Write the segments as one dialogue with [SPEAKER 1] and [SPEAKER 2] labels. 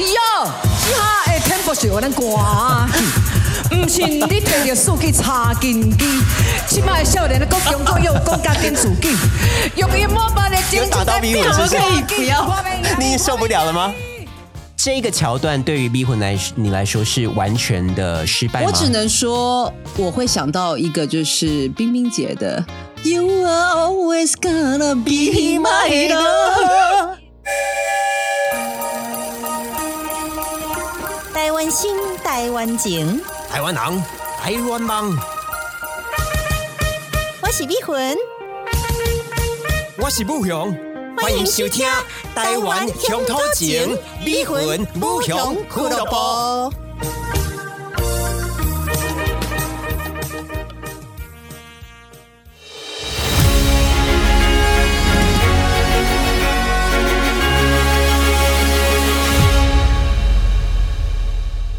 [SPEAKER 1] 哟，遐的 tempo 是有咱寒，唔信你摕着手机查根基，即摆的少年的国强国又讲家庭自己，用伊摸白的
[SPEAKER 2] 有
[SPEAKER 1] 精
[SPEAKER 2] 打
[SPEAKER 1] 子
[SPEAKER 2] 到
[SPEAKER 1] 在
[SPEAKER 2] 逼我是不是
[SPEAKER 1] 不要，
[SPEAKER 2] 你受不了了吗？这个桥段对于逼婚来你来说是完全的失败吗？
[SPEAKER 3] 我只能说，我会想到一个就是冰冰姐的 “You are always gonna be my love”。
[SPEAKER 4] 台湾心，台湾情，
[SPEAKER 2] 台湾人，台湾梦，
[SPEAKER 4] 我是美魂，
[SPEAKER 2] 我是武雄，
[SPEAKER 4] 欢迎收听台湾乡土情美魂武雄俱乐部。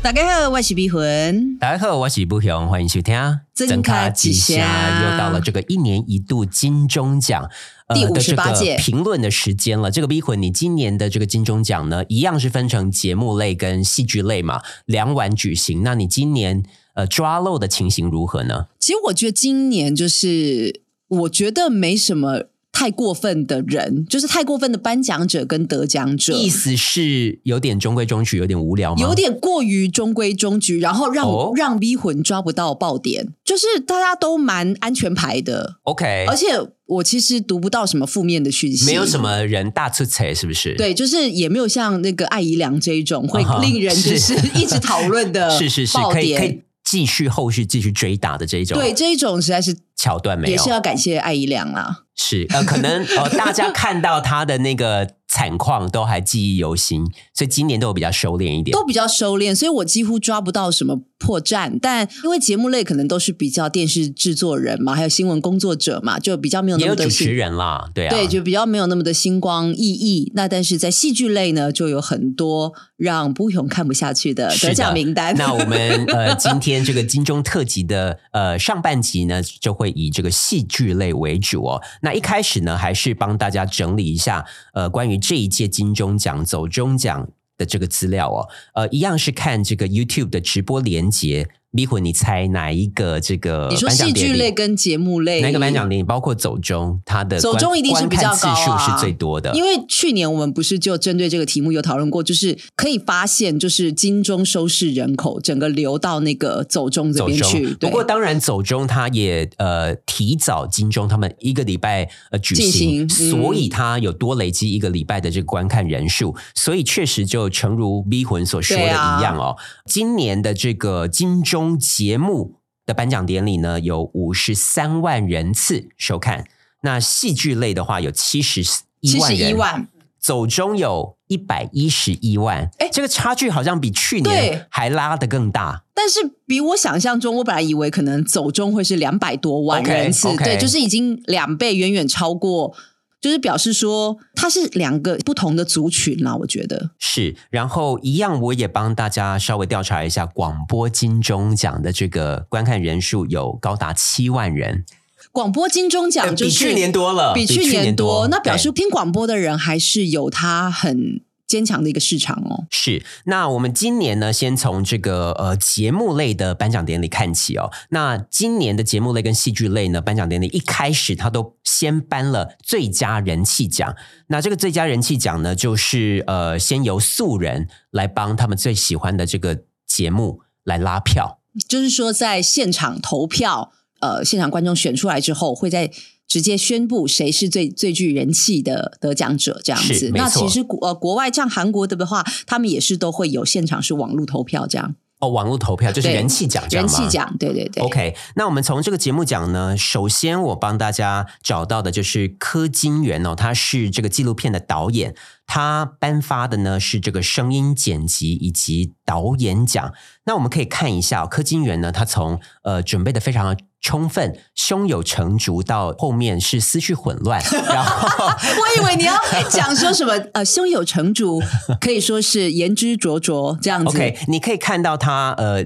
[SPEAKER 3] 大家好，我是碧魂。
[SPEAKER 2] 大家好，我是武雄，欢迎收听《
[SPEAKER 3] 增加一下
[SPEAKER 2] 又到了这个一年一度金钟奖。呃
[SPEAKER 3] 第
[SPEAKER 2] 的这
[SPEAKER 3] 58
[SPEAKER 2] 个
[SPEAKER 3] 届
[SPEAKER 2] 评论的时间了，这个逼婚，你今年的这个金钟奖呢，一样是分成节目类跟戏剧类嘛，两晚举行。那你今年呃抓漏的情形如何呢？
[SPEAKER 3] 其实我觉得今年就是，我觉得没什么太过分的人，就是太过分的颁奖者跟得奖者，
[SPEAKER 2] 意思是有点中规中矩，有点无聊吗？
[SPEAKER 3] 有点过于中规中矩，然后让、
[SPEAKER 2] 哦
[SPEAKER 3] 让逼魂抓不到爆点，就是大家都蛮安全牌的，
[SPEAKER 2] OK，
[SPEAKER 3] 而且我其实读不到什么负面的讯息，
[SPEAKER 2] 没有什。么人大出彩，是不是？，
[SPEAKER 3] 对，就是也没有像那个艾姨良这一种会
[SPEAKER 2] 啊哈
[SPEAKER 3] 令人就是是一直讨论的
[SPEAKER 2] 是是是，
[SPEAKER 3] 呃爆
[SPEAKER 2] 可以可以
[SPEAKER 3] 点。
[SPEAKER 2] 继续后续继续追打的这一种
[SPEAKER 3] 对，这一种实在是
[SPEAKER 2] 桥段没
[SPEAKER 3] 也
[SPEAKER 2] 有
[SPEAKER 3] 是要感谢艾姨良啦。
[SPEAKER 2] 是呃，可能呃大家看到他的那个惨况都还记忆犹新，所以今年都有比较收敛一点
[SPEAKER 3] 都。比较收敛，所以我几乎抓不到什么破绽。但因为节目类可能都是比较电视制作人嘛，还有新闻工作者嘛，就比较没有
[SPEAKER 2] 也有
[SPEAKER 3] 那么的
[SPEAKER 2] 主持
[SPEAKER 3] 星，
[SPEAKER 2] 人啦，对啊，
[SPEAKER 3] 对，就比较没有那么的星光熠熠。那但是在戏剧类呢，就有很多让不勇看不下去的
[SPEAKER 2] 是的
[SPEAKER 3] 得奖名单。
[SPEAKER 2] 那我们呃，今天这个金钟特辑的呃上半集呢，就会以这个戏剧类为主哦。那一开始呢，还是帮大家整理一下呃关于这一届金钟奖走中奖的这个资料哦。呃，一样是看这个 YouTube 的直播连接。迷魂，你猜哪一个这个
[SPEAKER 3] 你说
[SPEAKER 2] 颁奖
[SPEAKER 3] 戏
[SPEAKER 2] 典
[SPEAKER 3] 剧
[SPEAKER 2] 礼
[SPEAKER 3] 类跟节目类
[SPEAKER 2] 哪个颁奖典礼包括走中，它的
[SPEAKER 3] 走
[SPEAKER 2] 观
[SPEAKER 3] 中一定是比较
[SPEAKER 2] 观看次
[SPEAKER 3] 高
[SPEAKER 2] 数
[SPEAKER 3] 啊
[SPEAKER 2] 是最多的，
[SPEAKER 3] 因为去年我们不是就针对这个题目有讨论过，就是可以发现，就是金钟收视人口整个流到那个走中这
[SPEAKER 2] 走
[SPEAKER 3] 边去
[SPEAKER 2] 中。。不
[SPEAKER 3] 对
[SPEAKER 2] 过当然，走中他也呃提早金钟，他们一个礼拜呃举行，
[SPEAKER 3] 进行嗯
[SPEAKER 2] 所以他有多累积一个礼拜的这个观看人数，所以确实就诚如 V 魂所说的
[SPEAKER 3] 对啊
[SPEAKER 2] 一样哦，今年的这个金钟节目的颁奖典礼呢，有五十三万人次收看，那戏剧类的话有七十一万人，
[SPEAKER 3] 71万
[SPEAKER 2] 走中有一百一十一万，哎，这个差距好像比去年
[SPEAKER 3] 对
[SPEAKER 2] 还拉得更大。
[SPEAKER 3] 但是比我想象中，我本来以为可能走中会是两百多万
[SPEAKER 2] OK，
[SPEAKER 3] 人次
[SPEAKER 2] OK
[SPEAKER 3] 对，就是已经两倍，远远超过，就是表示说它是两个不同的族群啦。我觉得
[SPEAKER 2] 是，然后一样，我也帮大家稍微调查一下广播金钟奖的这个观看人数有高达七万人，
[SPEAKER 3] 广播金钟
[SPEAKER 2] 呃
[SPEAKER 3] 奖就
[SPEAKER 2] 比
[SPEAKER 3] 是
[SPEAKER 2] 去年多了，
[SPEAKER 3] 比去年多，那表
[SPEAKER 2] 对
[SPEAKER 3] 示听广播的人还是有他很坚强的一个市场哦。
[SPEAKER 2] 是，那我们今年呢，先从这个呃节目类的颁奖典礼看起哦。那今年的节目类跟戏剧类呢，颁奖典礼一开始它都先颁了最佳人气奖。那这个最佳人气奖呢，就是呃先由素人来帮他们最喜欢的这个节目来拉票。
[SPEAKER 3] 就是说在现场投票，呃，现场观众选出来之后，会在直接宣布谁是最最具人气的得奖者这样
[SPEAKER 2] 是
[SPEAKER 3] 子。
[SPEAKER 2] 没
[SPEAKER 3] 那
[SPEAKER 2] 错
[SPEAKER 3] 其实国呃国外像韩国的话，他们也是都会有现场是网络投票这样，
[SPEAKER 2] 哦，网络投票就是
[SPEAKER 3] 对
[SPEAKER 2] 人气奖，这样
[SPEAKER 3] 人
[SPEAKER 2] 吗
[SPEAKER 3] 气奖，对对对。
[SPEAKER 2] OK，那我们从这个节目讲呢，首先我帮大家找到的就是柯金元哦，他是这个纪录片的导演，他颁发的呢是这个声音剪辑以及导演奖。那我们可以看一下、哦、柯金元呢，他从呃准备的非常充分、胸有成竹，到后面是思绪混 乱，然后
[SPEAKER 3] 我以为你要讲说什么 呃，胸有成竹，可以说是言之灼灼这样子。
[SPEAKER 2] OK，你可以看到他呃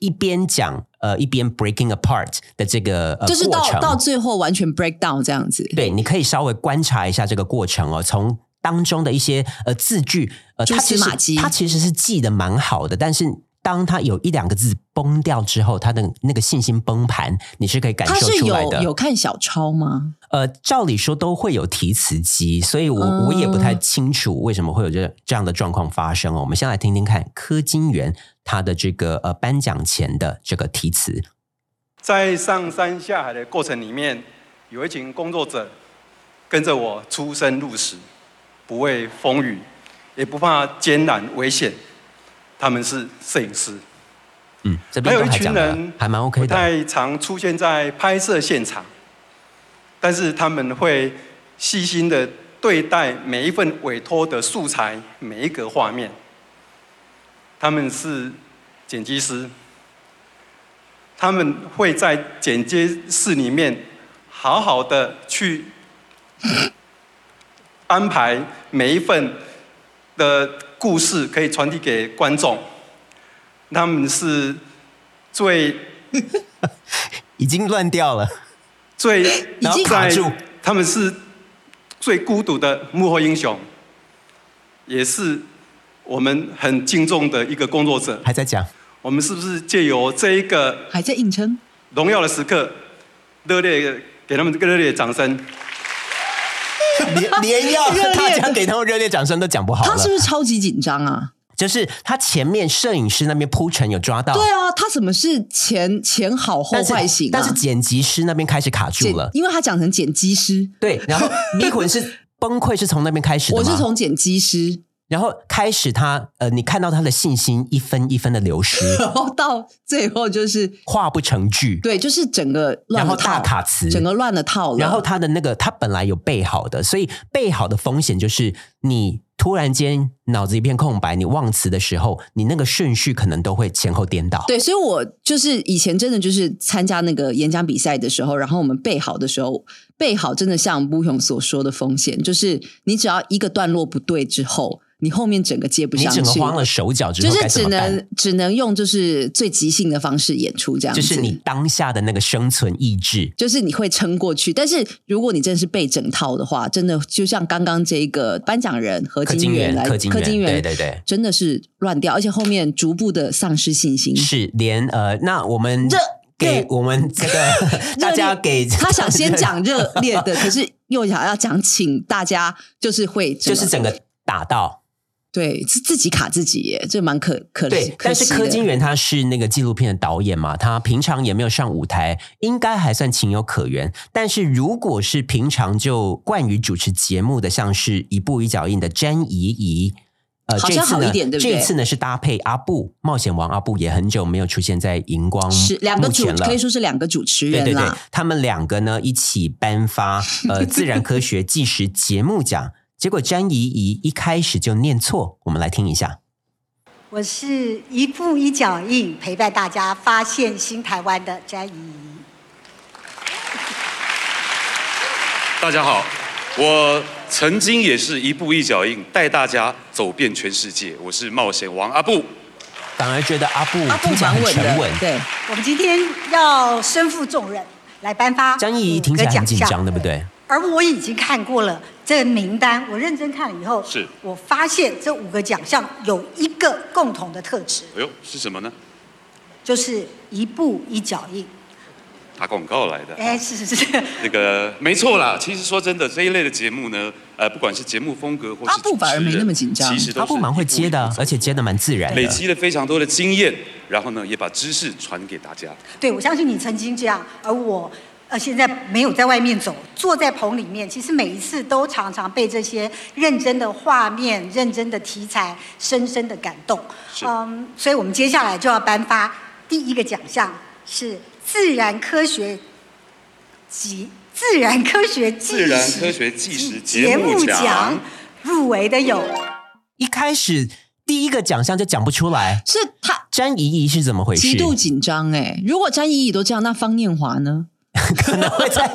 [SPEAKER 2] 一边讲呃一边 breaking apart 的这个、呃、
[SPEAKER 3] 就是
[SPEAKER 2] 过
[SPEAKER 3] 到
[SPEAKER 2] 程
[SPEAKER 3] 到最后完全 break down 这样子，
[SPEAKER 2] 对，你可以稍微观察一下这个过程哦，从当中的一些呃字句，呃，
[SPEAKER 3] 蛛
[SPEAKER 2] 它其
[SPEAKER 3] 丝
[SPEAKER 2] 实
[SPEAKER 3] 马迹
[SPEAKER 2] 它其实是记得蛮好的，但是。当它有一两个字崩掉之后，它的那个信心崩盘，你是可以感
[SPEAKER 3] 他
[SPEAKER 2] 受
[SPEAKER 3] 是
[SPEAKER 2] 出来
[SPEAKER 3] 有
[SPEAKER 2] 的。
[SPEAKER 3] 有看小抄吗？
[SPEAKER 2] 呃，照理说都会有提词机，所以我、
[SPEAKER 3] 嗯
[SPEAKER 2] 我也不太清楚为什么会有这这样的状况发生哦。我们先来听听看柯金元他的这个呃颁奖前的这个题词。
[SPEAKER 5] 在上山下海的过程里面，有一群工作者跟着我出生入死，不畏风雨，也不怕艰难危险。他们是摄影师，
[SPEAKER 2] 嗯，这
[SPEAKER 5] 还
[SPEAKER 2] 边
[SPEAKER 5] 有
[SPEAKER 2] 都
[SPEAKER 5] 一
[SPEAKER 2] 还
[SPEAKER 5] 群
[SPEAKER 2] 讲的
[SPEAKER 5] 人
[SPEAKER 2] 还蛮 OK
[SPEAKER 5] 不
[SPEAKER 2] 的。
[SPEAKER 5] 太常出现在拍摄现场，但是他们会细心的对待每一份委托的素材，每一个画面。他们是剪辑师，他们会在剪接室里面好好的去安排每一份的故事，可以传递给观众。他们是最
[SPEAKER 2] 已经乱掉了，
[SPEAKER 5] 最
[SPEAKER 3] 然后
[SPEAKER 2] 卡住，
[SPEAKER 5] 他们是最孤独的幕后英雄，也是我们很敬重的一个工作者。
[SPEAKER 2] 还在讲。
[SPEAKER 5] 我们是不是借由这一个
[SPEAKER 3] 还在硬撑？
[SPEAKER 5] 荣耀的时刻，热烈给他们热烈的掌声？
[SPEAKER 2] 连 连要
[SPEAKER 3] 热烈
[SPEAKER 2] 大家给他们热烈掌声都讲不好
[SPEAKER 3] 他
[SPEAKER 2] 了，
[SPEAKER 3] 是不是超级紧张啊？
[SPEAKER 2] 就是他前面摄影师那边铺陈有抓到，
[SPEAKER 3] 对啊，他怎么是前前好后
[SPEAKER 2] 但是
[SPEAKER 3] 坏型、啊
[SPEAKER 2] 但是剪辑师那边开始卡
[SPEAKER 3] 剪
[SPEAKER 2] 住了，
[SPEAKER 3] 因为他讲成剪辑师，
[SPEAKER 2] 对， 然后迷魂是崩溃是从那边开始的
[SPEAKER 3] 我
[SPEAKER 2] 吗？
[SPEAKER 3] 是从剪辑师，
[SPEAKER 2] 然后开始他呃，你看到他的信心一分一分的流失，
[SPEAKER 3] 然后到最后就是
[SPEAKER 2] 话不成句，
[SPEAKER 3] 对，就是整个
[SPEAKER 2] 然
[SPEAKER 3] 乱了
[SPEAKER 2] 后
[SPEAKER 3] 套，
[SPEAKER 2] 大卡词，
[SPEAKER 3] 整个乱了套了。
[SPEAKER 2] 然后他的那个他本来有备好的，所以备好的风险就是你突然间脑子一片空白，你忘词的时候，你那个顺序可能都会前后颠倒。
[SPEAKER 3] 对，所以我就是以前真的就是参加那个演讲比赛的时候，然后我们备好的时候，备好真的像布勇所说的风险，就是你只要一个段落不对之后，你后面整个接不
[SPEAKER 2] 你
[SPEAKER 3] 上
[SPEAKER 2] 整个
[SPEAKER 3] 去，
[SPEAKER 2] 慌了手脚之
[SPEAKER 3] 就
[SPEAKER 2] 后
[SPEAKER 3] 是
[SPEAKER 2] 该怎
[SPEAKER 3] 只
[SPEAKER 2] 么办？
[SPEAKER 3] 能只能用就是最即兴的方式演出这样子。
[SPEAKER 2] 就是你当下的那个生存意志，
[SPEAKER 3] 就是你会撑过去，但是如果你真的是被整套的话，真的就像刚刚这个颁奖人何
[SPEAKER 2] 柯
[SPEAKER 3] 金
[SPEAKER 2] 金
[SPEAKER 3] 元
[SPEAKER 2] 元，
[SPEAKER 3] 来，
[SPEAKER 2] 柯金元，对对对，
[SPEAKER 3] 真的是乱掉，而且后面逐步的丧失 信心。
[SPEAKER 2] 是连呃，那我们
[SPEAKER 3] 热
[SPEAKER 2] 给
[SPEAKER 3] 烈
[SPEAKER 2] 我们这个
[SPEAKER 3] 热
[SPEAKER 2] 大
[SPEAKER 3] 烈
[SPEAKER 2] 家给
[SPEAKER 3] 他想先讲热烈的，可是又想要讲，请大家就是会
[SPEAKER 2] 就是整个打到。
[SPEAKER 3] 对自自己卡自己耶，这蛮可可
[SPEAKER 2] 对，
[SPEAKER 3] 可
[SPEAKER 2] 但
[SPEAKER 3] 惜
[SPEAKER 2] 是
[SPEAKER 3] 的
[SPEAKER 2] 柯金元他是那个纪录片的导演嘛，他平常也没有上舞台，应该还算情有可原。但是如果是平常就惯于主持节目的，像是一步一脚印的詹怡怡。呃，
[SPEAKER 3] 好
[SPEAKER 2] 这
[SPEAKER 3] 像
[SPEAKER 2] 次
[SPEAKER 3] 好一
[SPEAKER 2] 呢，
[SPEAKER 3] 点对不对
[SPEAKER 2] 这次呢是搭配阿布冒险王阿布，也很久没有出现在荧光
[SPEAKER 3] 是两个
[SPEAKER 2] 幕
[SPEAKER 3] 主
[SPEAKER 2] 前了
[SPEAKER 3] 可以说是两个主持
[SPEAKER 2] 对对对
[SPEAKER 3] 人啦，，
[SPEAKER 2] 他们两个呢一起颁发 呃自然科学纪实节目奖，结果詹怡怡一开始就念错，我们来听一下。
[SPEAKER 6] 我是一步一脚印陪伴大家发现新台湾的詹怡怡。
[SPEAKER 7] 大家好，我曾经也是一步一脚印带大家走遍全世界，我是冒险王阿布。
[SPEAKER 2] 反而觉得阿布
[SPEAKER 3] 阿布
[SPEAKER 2] 听起来
[SPEAKER 3] 蛮
[SPEAKER 2] 很
[SPEAKER 3] 稳
[SPEAKER 2] 沉
[SPEAKER 3] 的
[SPEAKER 2] 稳，，
[SPEAKER 3] 对，
[SPEAKER 6] 我们今天要身负重任，来颁发
[SPEAKER 2] 张艺怡
[SPEAKER 6] 五
[SPEAKER 2] 听起
[SPEAKER 6] 个
[SPEAKER 2] 来很
[SPEAKER 6] 奖
[SPEAKER 2] 紧
[SPEAKER 6] 项，
[SPEAKER 2] 张，对不？对？
[SPEAKER 6] 而我已经看过了这名单，我认真看了以后，
[SPEAKER 7] 是
[SPEAKER 6] 我发现这五个奖项有一个共同的特质，
[SPEAKER 7] 哎呦，是什么呢？
[SPEAKER 6] 就是一步一脚印。
[SPEAKER 7] 打广告来的。
[SPEAKER 6] 哎，是是是，
[SPEAKER 7] 那个没错啦，其实说真的，这一类的节目呢，呃，不管是节目风格或是
[SPEAKER 3] 阿布反而没那么紧张
[SPEAKER 7] 主持人其实都
[SPEAKER 2] 阿布蛮会接的啊，而且接的蛮自然
[SPEAKER 7] 累
[SPEAKER 2] 的。
[SPEAKER 7] 积了非常多的经验，然后呢，也把知识传给大家。
[SPEAKER 6] 对我相信你曾经这样，而我。呃，现在没有在外面走，坐在棚里面，其实每一次都常常被这些认真的画面、认真的题材深深的感动。
[SPEAKER 7] 是
[SPEAKER 6] 嗯，所以我们接下来就要颁发第一个奖项是自然科学及自然科学纪
[SPEAKER 7] 自然
[SPEAKER 6] 实
[SPEAKER 7] 科学纪实
[SPEAKER 6] 节
[SPEAKER 7] 节目
[SPEAKER 6] 目
[SPEAKER 7] 奖
[SPEAKER 6] 奖入围的有
[SPEAKER 2] 一开始第一个奖项就讲不出来，
[SPEAKER 3] 是他
[SPEAKER 2] 詹怡怡是怎么回事
[SPEAKER 3] 极？度紧张哎。如果詹怡怡都这样，那方念华呢？
[SPEAKER 2] 可能会在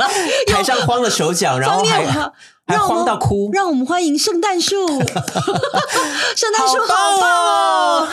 [SPEAKER 2] 台上慌了手 脚，然
[SPEAKER 3] 方
[SPEAKER 2] 后
[SPEAKER 3] 念
[SPEAKER 2] 还
[SPEAKER 3] 华
[SPEAKER 2] 还
[SPEAKER 3] 让我
[SPEAKER 2] 慌
[SPEAKER 3] 们
[SPEAKER 2] 到哭。
[SPEAKER 3] 让我们欢迎圣诞树，圣诞树
[SPEAKER 2] 好棒
[SPEAKER 3] 好棒
[SPEAKER 2] 哦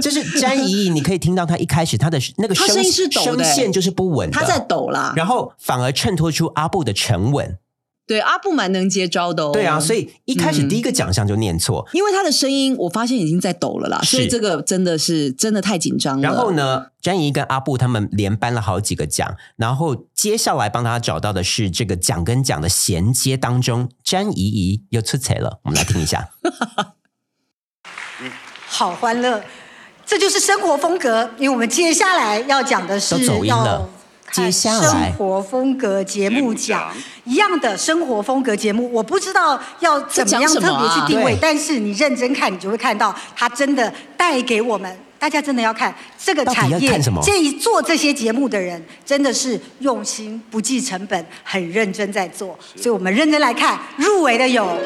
[SPEAKER 2] 就是詹怡怡，你可以听到她一开始她的那个
[SPEAKER 3] 她
[SPEAKER 2] 声
[SPEAKER 3] 声音是抖的欸
[SPEAKER 2] 声线就是不稳的，
[SPEAKER 3] 他在抖啦，
[SPEAKER 2] 然后反而衬托出阿布的沉稳。
[SPEAKER 3] 对，阿布蛮能接招的哦。
[SPEAKER 2] 对啊，所以一开始
[SPEAKER 3] 嗯
[SPEAKER 2] 第一个奖项就念错，
[SPEAKER 3] 因为他的声音，我发现已经在抖了啦，
[SPEAKER 2] 是
[SPEAKER 3] 所以这个真的是真的太紧张了。
[SPEAKER 2] 然后呢，詹怡跟阿布他们连颁了好几个奖，然后接下来帮他找到的是这个奖跟奖的衔接当中，詹怡怡又出彩了，我们来听一 下。
[SPEAKER 6] 好欢乐，这就是生活风格。因为我们接下来要讲的是
[SPEAKER 2] 都走音了
[SPEAKER 6] 要看
[SPEAKER 2] 接下来
[SPEAKER 6] 生活风格节目奖
[SPEAKER 7] 节目奖
[SPEAKER 6] 一样的生活风格节目，我不知道要怎么样
[SPEAKER 3] 这
[SPEAKER 6] 特
[SPEAKER 3] 讲什么
[SPEAKER 6] 别
[SPEAKER 3] 啊
[SPEAKER 6] 去定位
[SPEAKER 2] 对，
[SPEAKER 6] 但是你认真看，你就会看到它真的带给我们。大家真的要看这个
[SPEAKER 2] 到底
[SPEAKER 6] 产
[SPEAKER 2] 要
[SPEAKER 6] 业
[SPEAKER 2] 看什么，
[SPEAKER 6] 这一做这些节目的人真的是用心、不计成本、很认真在做，所以我们认真来看入围的有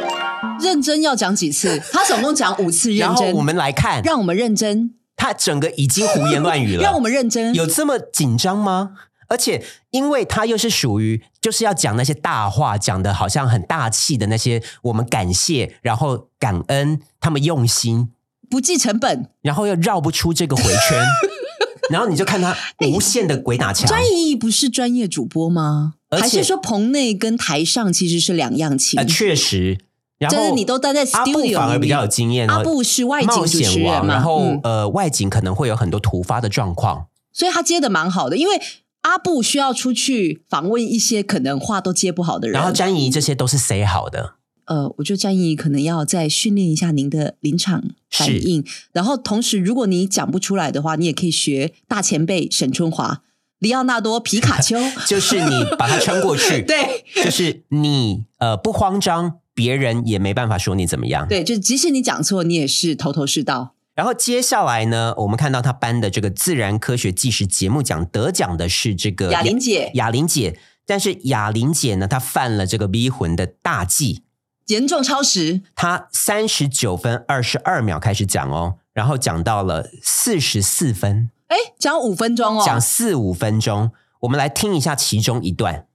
[SPEAKER 3] 认真要讲几次？他总共讲五次认真。
[SPEAKER 2] 然后我们来看，
[SPEAKER 3] 让我们认真，
[SPEAKER 2] 他整个已经胡言乱语了，
[SPEAKER 3] 让我们认真。
[SPEAKER 2] 有这么紧张吗？而且，因为他又是属于就是要讲那些大话，讲的好像很大气的那些，我们感谢，然后感恩他们用心，
[SPEAKER 3] 不计成本。
[SPEAKER 2] 然后又绕不出这个回 圈，然后你就看他无限的鬼打墙。
[SPEAKER 3] 专业不是专业主播吗？
[SPEAKER 2] 而且
[SPEAKER 3] 还是说棚内跟台上其实是两样情？
[SPEAKER 2] 呃，确实，然后
[SPEAKER 3] 真的你都待在 studio
[SPEAKER 2] 阿布反而比较有经验哦。
[SPEAKER 3] 里阿布是外景
[SPEAKER 2] 冒险
[SPEAKER 3] 主持人
[SPEAKER 2] 王
[SPEAKER 3] 嘛
[SPEAKER 2] 然后
[SPEAKER 3] 嗯
[SPEAKER 2] 呃，外景可能会有很多突发的状况，
[SPEAKER 3] 所以他接的蛮好的，因为阿布需要出去访问一些可能话都接不好的人。
[SPEAKER 2] 然后詹怡这些都是 say 好的，
[SPEAKER 3] 呃，我觉得战役可能要再训练一下您的临场反应，然后同时，如果你讲不出来的话，你也可以学大前辈沈春华、里奥纳多、皮卡丘，
[SPEAKER 2] 就是你把它撑过去，
[SPEAKER 3] 对
[SPEAKER 2] 就是你呃不慌张，别人也没办法说你怎么样。
[SPEAKER 3] 对，就即使你讲错，你也是头头是道。
[SPEAKER 2] 然后接下来呢，我们看到他颁的这个自然科学纪实节目奖得奖的是这个
[SPEAKER 3] 雅玲姐
[SPEAKER 2] 雅玲姐。但是雅玲姐呢，她犯了这个逼魂的大忌，
[SPEAKER 3] 严重超时，
[SPEAKER 2] 他三十九分二十二秒开始讲哦，然后讲到了四十四分，
[SPEAKER 3] 哎，讲五分钟哦，
[SPEAKER 2] 讲四五分钟。我们来听一下其中一段，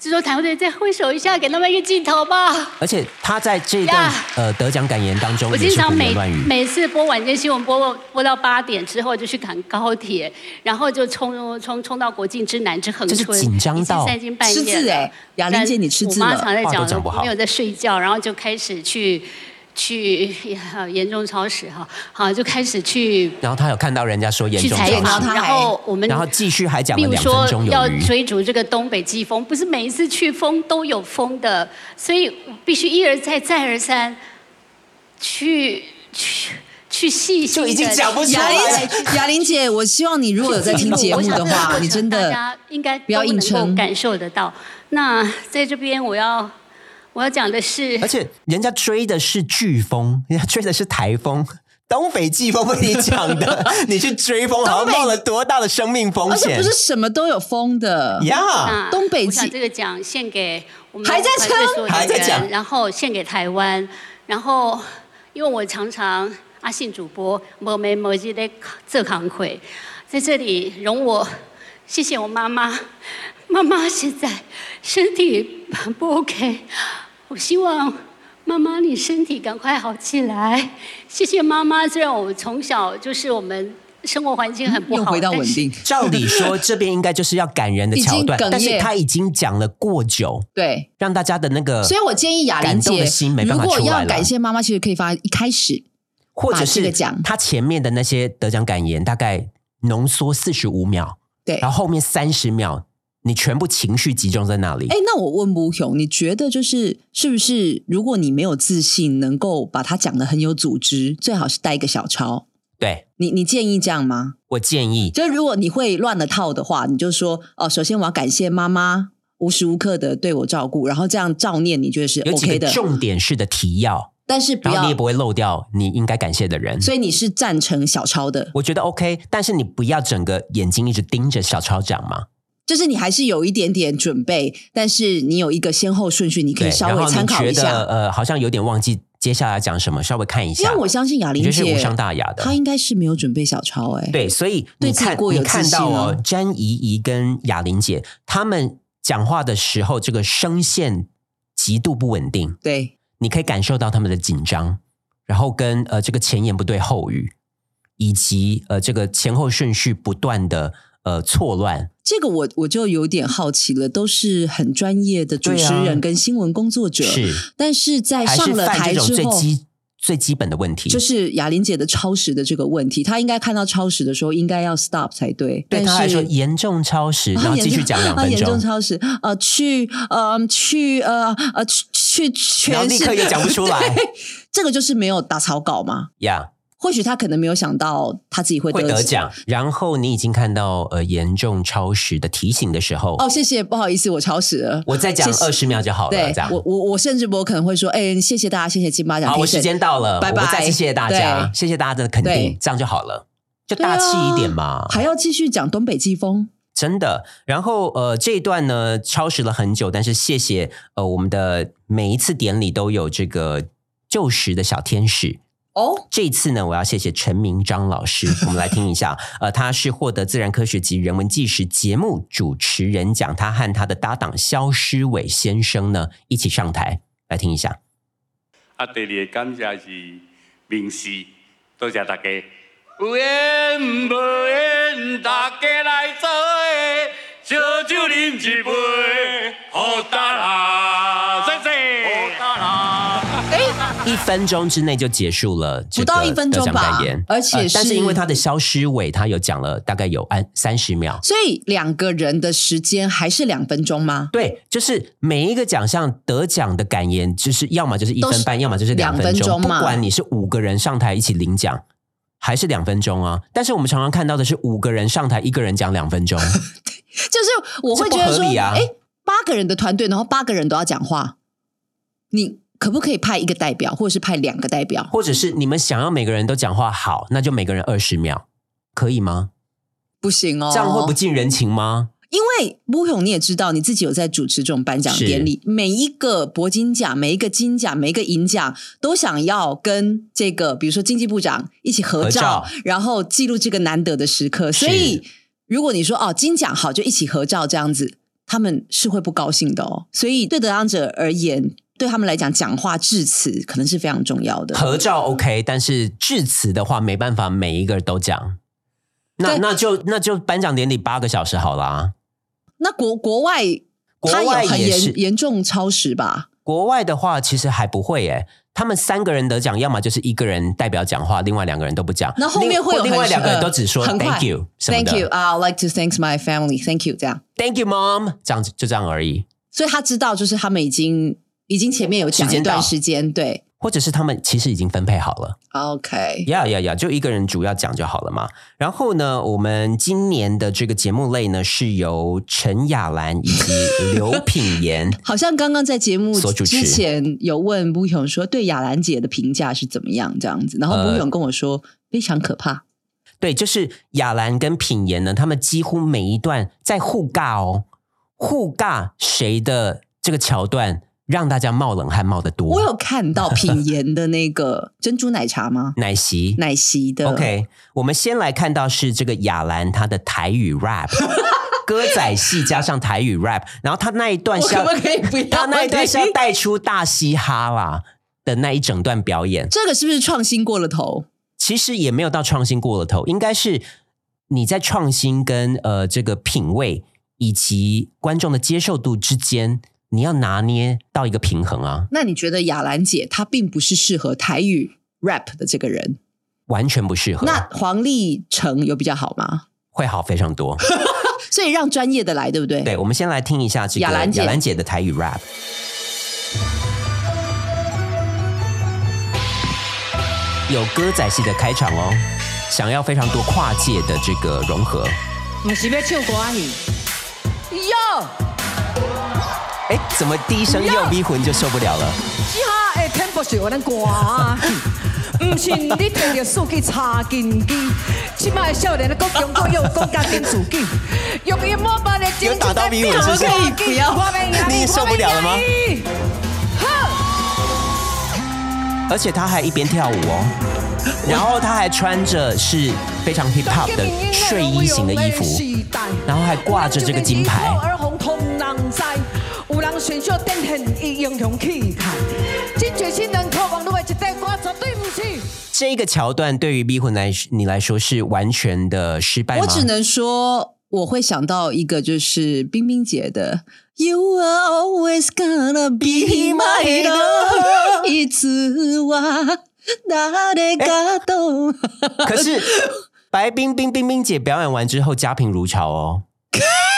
[SPEAKER 8] 制作团队再挥手一下，给他们一个镜头吧。
[SPEAKER 2] 而且他在这段
[SPEAKER 8] 呀
[SPEAKER 2] 呃得奖感言当中
[SPEAKER 8] 我
[SPEAKER 2] 也
[SPEAKER 8] 经
[SPEAKER 2] 是
[SPEAKER 8] 常
[SPEAKER 2] 胡言
[SPEAKER 8] 每
[SPEAKER 2] 乱语，
[SPEAKER 8] 每次播晚间新闻播播到八点之后，就去赶高铁，然后就冲冲冲冲到国境之南之恒
[SPEAKER 2] 就
[SPEAKER 8] 春，
[SPEAKER 2] 是紧张到
[SPEAKER 8] 已经三更半夜
[SPEAKER 3] 吃
[SPEAKER 8] 了
[SPEAKER 3] 字哎，雅玲姐你吃字
[SPEAKER 8] 我妈常
[SPEAKER 3] 了，
[SPEAKER 8] 在
[SPEAKER 2] 话
[SPEAKER 8] 讲
[SPEAKER 2] 都讲不好
[SPEAKER 8] 没有在睡觉，然后就开始去去呀严重超时哈，好就开始去
[SPEAKER 2] 然后他有看到人家说严
[SPEAKER 8] 去
[SPEAKER 2] 重
[SPEAKER 8] 采
[SPEAKER 2] 超
[SPEAKER 8] 访，
[SPEAKER 2] 时，
[SPEAKER 3] 他
[SPEAKER 8] 然后我们
[SPEAKER 2] 然后继续还讲
[SPEAKER 8] 比
[SPEAKER 2] 了
[SPEAKER 8] 如
[SPEAKER 2] 两分
[SPEAKER 8] 说
[SPEAKER 2] 钟有
[SPEAKER 8] 要
[SPEAKER 2] 余。
[SPEAKER 8] 追逐这个东北季风，不是每一次去风都有风的，所以我必须一而再再而三去去去细心
[SPEAKER 2] 就
[SPEAKER 8] 地
[SPEAKER 2] 已经讲不出
[SPEAKER 3] 雅
[SPEAKER 2] 来
[SPEAKER 3] 玲
[SPEAKER 2] 了
[SPEAKER 3] 姐，雅玲姐，我希望你如果有在听节目的 话，你真
[SPEAKER 8] 大
[SPEAKER 3] 的
[SPEAKER 8] 家应该都
[SPEAKER 3] 不要硬
[SPEAKER 8] 能
[SPEAKER 3] 撑
[SPEAKER 8] 够感受得到。那在这边我要我要讲的是
[SPEAKER 2] 而，且人家追的是飓风，人家追的是台风。东北季风 被你讲的，你去追风，然后冒了多大的生命风
[SPEAKER 3] 而且
[SPEAKER 2] 险
[SPEAKER 3] 不是什么都有风的，
[SPEAKER 2] 呀
[SPEAKER 8] 那
[SPEAKER 3] 啊东北
[SPEAKER 8] 啊我
[SPEAKER 3] 季
[SPEAKER 8] 想这个奖献给我们
[SPEAKER 3] 还在
[SPEAKER 8] 团队
[SPEAKER 3] 撑
[SPEAKER 8] 所有的
[SPEAKER 2] 还在
[SPEAKER 8] 人
[SPEAKER 2] 讲
[SPEAKER 8] 然后献给台湾，然后因为我常常阿信主播某没某日在做康会，在这里容我谢谢我妈妈， 妈妈现在身体很不 OK，我希望。妈妈，你身体赶快好起来！谢谢妈妈。虽然我从小就是我们生活环境很不好，
[SPEAKER 3] 又回到
[SPEAKER 8] 但
[SPEAKER 3] 稳
[SPEAKER 8] 是
[SPEAKER 3] 定，
[SPEAKER 2] 照理说，这边应该就是要感人的桥段
[SPEAKER 3] 已经哽咽，
[SPEAKER 2] 但是他已经讲了过久，
[SPEAKER 3] 对。
[SPEAKER 2] 让大家的那个，
[SPEAKER 3] 所以我建议雅玲
[SPEAKER 2] 呃感动
[SPEAKER 3] 姐
[SPEAKER 2] 的心没，
[SPEAKER 3] 如
[SPEAKER 2] 办法
[SPEAKER 3] 果
[SPEAKER 2] 出来
[SPEAKER 3] 要
[SPEAKER 2] 了
[SPEAKER 3] 感谢妈妈，其实可以发一开始
[SPEAKER 2] 或者
[SPEAKER 3] 把这个
[SPEAKER 2] 是
[SPEAKER 3] 讲
[SPEAKER 2] 他前面的那些得奖感言，大概浓缩四十五秒，
[SPEAKER 3] 对。
[SPEAKER 2] 然后后面三十秒，你全部情绪集中在那里
[SPEAKER 3] 哎。，那我问吴雄，你觉得就是是不是，如果你没有自信，能够把它讲的很有组织，最好是带一个小抄。
[SPEAKER 2] 对
[SPEAKER 3] 你你建议这样吗？
[SPEAKER 2] 我建议，
[SPEAKER 3] 就是如果你会乱了套的话，你就说哦，首先我要感谢妈妈无时无刻的对我照顾，然后这样照念，你觉得是
[SPEAKER 2] 有几
[SPEAKER 3] OK
[SPEAKER 2] 个
[SPEAKER 3] 的，
[SPEAKER 2] 重点式的提要，
[SPEAKER 3] 但是不
[SPEAKER 2] 然后
[SPEAKER 3] 要
[SPEAKER 2] 你也，不会漏掉你应该感谢的人。
[SPEAKER 3] 所以你是赞成小抄的，
[SPEAKER 2] 我觉得 OK，但是你不要整个眼睛一直盯着小超长嘛，
[SPEAKER 3] 就是你还是有一点点准备，但是你有一个先后顺序，你可
[SPEAKER 2] 对
[SPEAKER 3] 以，稍
[SPEAKER 2] 然后
[SPEAKER 3] 微
[SPEAKER 2] 你
[SPEAKER 3] 参考
[SPEAKER 2] 觉
[SPEAKER 3] 一
[SPEAKER 2] 得
[SPEAKER 3] 下。
[SPEAKER 2] 呃，好像有点忘记接下来讲什么，稍微看一
[SPEAKER 3] 因
[SPEAKER 2] 下。
[SPEAKER 3] 为我相信雅
[SPEAKER 2] 你
[SPEAKER 3] 玲
[SPEAKER 2] 就是
[SPEAKER 3] 姐
[SPEAKER 2] 无，伤大雅的，
[SPEAKER 3] 她应该是没有准备小抄哎、
[SPEAKER 2] 对，所以
[SPEAKER 3] 对
[SPEAKER 2] 你
[SPEAKER 3] 自己
[SPEAKER 2] 看，
[SPEAKER 3] 过有
[SPEAKER 2] 你
[SPEAKER 3] 自
[SPEAKER 2] 看到
[SPEAKER 3] 信
[SPEAKER 2] 哦
[SPEAKER 3] 哦，
[SPEAKER 2] 詹怡怡跟雅玲姐她们讲话的时候，这个声线极度不稳定，
[SPEAKER 3] 对，
[SPEAKER 2] 你可以感受到她们的紧张，然后跟呃这个前言不对后语，以及呃这个前后顺序不断的呃错乱。
[SPEAKER 3] 这个我我就有点好奇了，都是很专业的主持
[SPEAKER 2] 对啊
[SPEAKER 3] 人跟新闻工作者，
[SPEAKER 2] 是
[SPEAKER 3] 但是在
[SPEAKER 2] 还
[SPEAKER 3] 上
[SPEAKER 2] 是
[SPEAKER 3] 了
[SPEAKER 2] 犯
[SPEAKER 3] 台
[SPEAKER 2] 这种
[SPEAKER 3] 之
[SPEAKER 2] 最
[SPEAKER 3] 后。
[SPEAKER 2] 基最基本的问题，
[SPEAKER 3] 就是雅玲姐的超时的这个问题，她应该看到超时的时候应该要 stop 才对。
[SPEAKER 2] 对
[SPEAKER 3] 但
[SPEAKER 2] 他来说
[SPEAKER 3] 是
[SPEAKER 2] 严重超时，然后继续讲两
[SPEAKER 3] 啊
[SPEAKER 2] 分
[SPEAKER 3] 严重
[SPEAKER 2] 钟，
[SPEAKER 3] 超时，呃，去呃去呃呃去去全
[SPEAKER 2] 然后立刻
[SPEAKER 3] 是
[SPEAKER 2] 也讲不出来
[SPEAKER 3] 对这个就是没有打草稿嘛。
[SPEAKER 2] 呀
[SPEAKER 3] 或许他可能没有想到他自己会
[SPEAKER 2] 会
[SPEAKER 3] 得
[SPEAKER 2] 得奖。然后你已经看到呃严重超时的提醒的时候，
[SPEAKER 3] 哦，谢谢，不好意思，我超时了。
[SPEAKER 2] 我再讲
[SPEAKER 3] 谢谢
[SPEAKER 2] 二十秒就好了，
[SPEAKER 3] 对
[SPEAKER 2] 这样。
[SPEAKER 3] 我我我甚至我可能会说，哎、谢谢大家，谢谢金马奖
[SPEAKER 2] 好，我
[SPEAKER 3] 评审，
[SPEAKER 2] 时间到了，
[SPEAKER 3] 拜拜
[SPEAKER 2] 我再次谢谢大家，谢谢大家的肯定
[SPEAKER 3] 对，啊
[SPEAKER 2] 这样就好了，就大气一点嘛。
[SPEAKER 3] 还要继续讲东北季风。
[SPEAKER 2] 真的。然后呃，这一段呢超时了很久，但是谢谢呃我们的每一次典礼都有这个旧时的小天使。
[SPEAKER 3] 哦，
[SPEAKER 2] 这一次呢，我要谢谢陈明章老 师，我们来听一下。呃，他是获得自然科学及人文纪实节目主持人奖，他和他的搭档肖诗伟先生呢一起上台，来听一下。
[SPEAKER 9] 啊，第二个感谢是名师，多谢大家。有缘无缘，大家来做伙，烧酒饮一杯，好大啦！谢谢，好大啦！
[SPEAKER 2] 一分钟之内就结束了这个
[SPEAKER 3] 不到一分钟
[SPEAKER 2] 得
[SPEAKER 3] 吧
[SPEAKER 2] 奖感言
[SPEAKER 3] 而且
[SPEAKER 2] 呃但是
[SPEAKER 3] 是
[SPEAKER 2] 因为他的肖诗伟，他有讲了大概有按三十秒。
[SPEAKER 3] 所以两个人的时间还是两分钟吗？
[SPEAKER 2] 对，就是每一个奖项得奖的感言，就是要么就是一分半，要么就是两分
[SPEAKER 3] 两分
[SPEAKER 2] 钟。
[SPEAKER 3] 钟
[SPEAKER 2] 不
[SPEAKER 3] 嘛
[SPEAKER 2] 管你是五个人上台一起领奖，还是两分钟啊。但是我们常常看到的是五个人上台，一个人讲两分 钟，
[SPEAKER 3] 就是我会觉得
[SPEAKER 2] 这不
[SPEAKER 3] 说
[SPEAKER 2] 合理，啊
[SPEAKER 3] 哎、八个人的团队，然后八个人都要讲话，你可不可以派一个代表，或者是派两个代表？
[SPEAKER 2] 或者是你们想要每个人都讲话好，那就每个人二十秒，可以吗？
[SPEAKER 3] 不行哦，
[SPEAKER 2] 这样会不近人情吗？
[SPEAKER 3] 因为吴勇你也知道，你自己有在主持这种颁奖
[SPEAKER 2] 是
[SPEAKER 3] 典礼，每一个铂金奖、每一个金奖、每一个银奖，都想要跟这个，比如说经济部长一起合照，
[SPEAKER 2] 合照
[SPEAKER 3] 然后记录这个难得的时刻。
[SPEAKER 2] 是
[SPEAKER 3] 所以，如果你说哦金奖好，就一起合照这样子，他们是会不高兴的哦。所以，对得奖者而言，对他们来讲，讲话致辞可能是非常重要的。
[SPEAKER 2] 合照 OK，但是致辞的话没办法每一个都讲。那
[SPEAKER 3] 对
[SPEAKER 2] 那就那就颁奖典礼八个小时好啦。
[SPEAKER 3] 那国国外，
[SPEAKER 2] 国
[SPEAKER 3] 他
[SPEAKER 2] 外
[SPEAKER 3] 有很
[SPEAKER 2] 也是
[SPEAKER 3] 严严重超时吧？
[SPEAKER 2] 国外的话其实还不会耶，他们三个人得奖，要么就是一个人代表讲话，另外两个人都不讲。
[SPEAKER 3] 那后面
[SPEAKER 2] 另
[SPEAKER 3] 会有
[SPEAKER 2] 或另
[SPEAKER 3] 很
[SPEAKER 2] 外两个人都只说
[SPEAKER 3] 呃很快
[SPEAKER 2] Thank you 什么
[SPEAKER 3] Thank
[SPEAKER 2] 的
[SPEAKER 3] you 啊、i like to thanks my family. Thank you，这样，
[SPEAKER 2] Thank you mom，这样子就这样而已。
[SPEAKER 3] 所以他知道就是他们已经已经前面有讲
[SPEAKER 2] 时间
[SPEAKER 3] 一
[SPEAKER 2] 到
[SPEAKER 3] 段时间，对
[SPEAKER 2] 或者是他们其实已经分配好了，
[SPEAKER 3] ，OK，
[SPEAKER 2] 呀呀呀，就一个人主要讲就好了嘛。然后呢，我们今年的这个节目类呢，是由陈雅兰以及刘品言
[SPEAKER 3] 好像刚刚在节目
[SPEAKER 2] 所主持
[SPEAKER 3] 之前有问吴勇说对雅兰姐的评价是怎么样这样子，然后
[SPEAKER 2] 呃
[SPEAKER 3] 吴勇跟我说、非常可怕，
[SPEAKER 2] 对，就是雅兰跟品言呢，他们几乎每一段在互尬哦，互尬谁的这个桥段让大家冒冷汗冒得多。
[SPEAKER 3] 我有看到品言的那个珍珠奶 茶吗？
[SPEAKER 2] 奶昔。
[SPEAKER 3] 奶昔的
[SPEAKER 2] OK，我们先来看到是这个雅兰她的台语 rap，歌仔戏加上台语 rap，然后她那一段
[SPEAKER 3] 我
[SPEAKER 2] 是要
[SPEAKER 3] 可不可以不要
[SPEAKER 2] 她那一段是要
[SPEAKER 3] 听
[SPEAKER 2] 带出大嘻哈啦的那一整段表演，
[SPEAKER 3] 这个是不是创新过了头？
[SPEAKER 2] 其实也没有到创新过了头，应该是你在创新跟呃这个品味以及观众的接受度之间，你要拿捏到一个平衡啊，
[SPEAKER 3] 那你觉得雅兰姐她并不是适合台语 rap 的这个人？
[SPEAKER 2] 完全不适合，
[SPEAKER 3] 那黄立成有比较好吗？
[SPEAKER 2] 会好非常 多。
[SPEAKER 3] 所以让专业的来，对不对？
[SPEAKER 2] 对，我们先来听一下这个
[SPEAKER 3] 雅兰姐
[SPEAKER 2] 雅兰姐的台语 rap。有歌仔戏的开场哦，想要非常多跨界的这个融合。
[SPEAKER 1] 不是要唱歌戏。哟，
[SPEAKER 2] 哎，怎么第一声右逼魂就受不了了？
[SPEAKER 1] 这下的 tempo 是有咱歌戏， 不是你摕着数据查根基。即摆少年的国强国又国家顶自己，用伊莫办的精
[SPEAKER 2] 有打到鼻孔是不是
[SPEAKER 1] 不要，我没压力
[SPEAKER 2] 你受不了了吗？
[SPEAKER 1] 我没压力
[SPEAKER 2] 而且他还一边跳舞哦，然后他还穿着是非常 hip hop 的睡衣型的衣服，然后还挂着这个金牌
[SPEAKER 1] 有人选秀展现伊英雄气概，这全新人靠网络的一块歌绝对不是。
[SPEAKER 2] 这个桥段对于逼魂来你来说是完全的失败吗？
[SPEAKER 3] 我只能说，我会想到一个就是冰冰姐的 “You are always gonna be my love”，一次哇，哪
[SPEAKER 2] 哎
[SPEAKER 3] 里感动？
[SPEAKER 2] 可是白冰冰冰冰姐表演完之后，家贫如潮哦。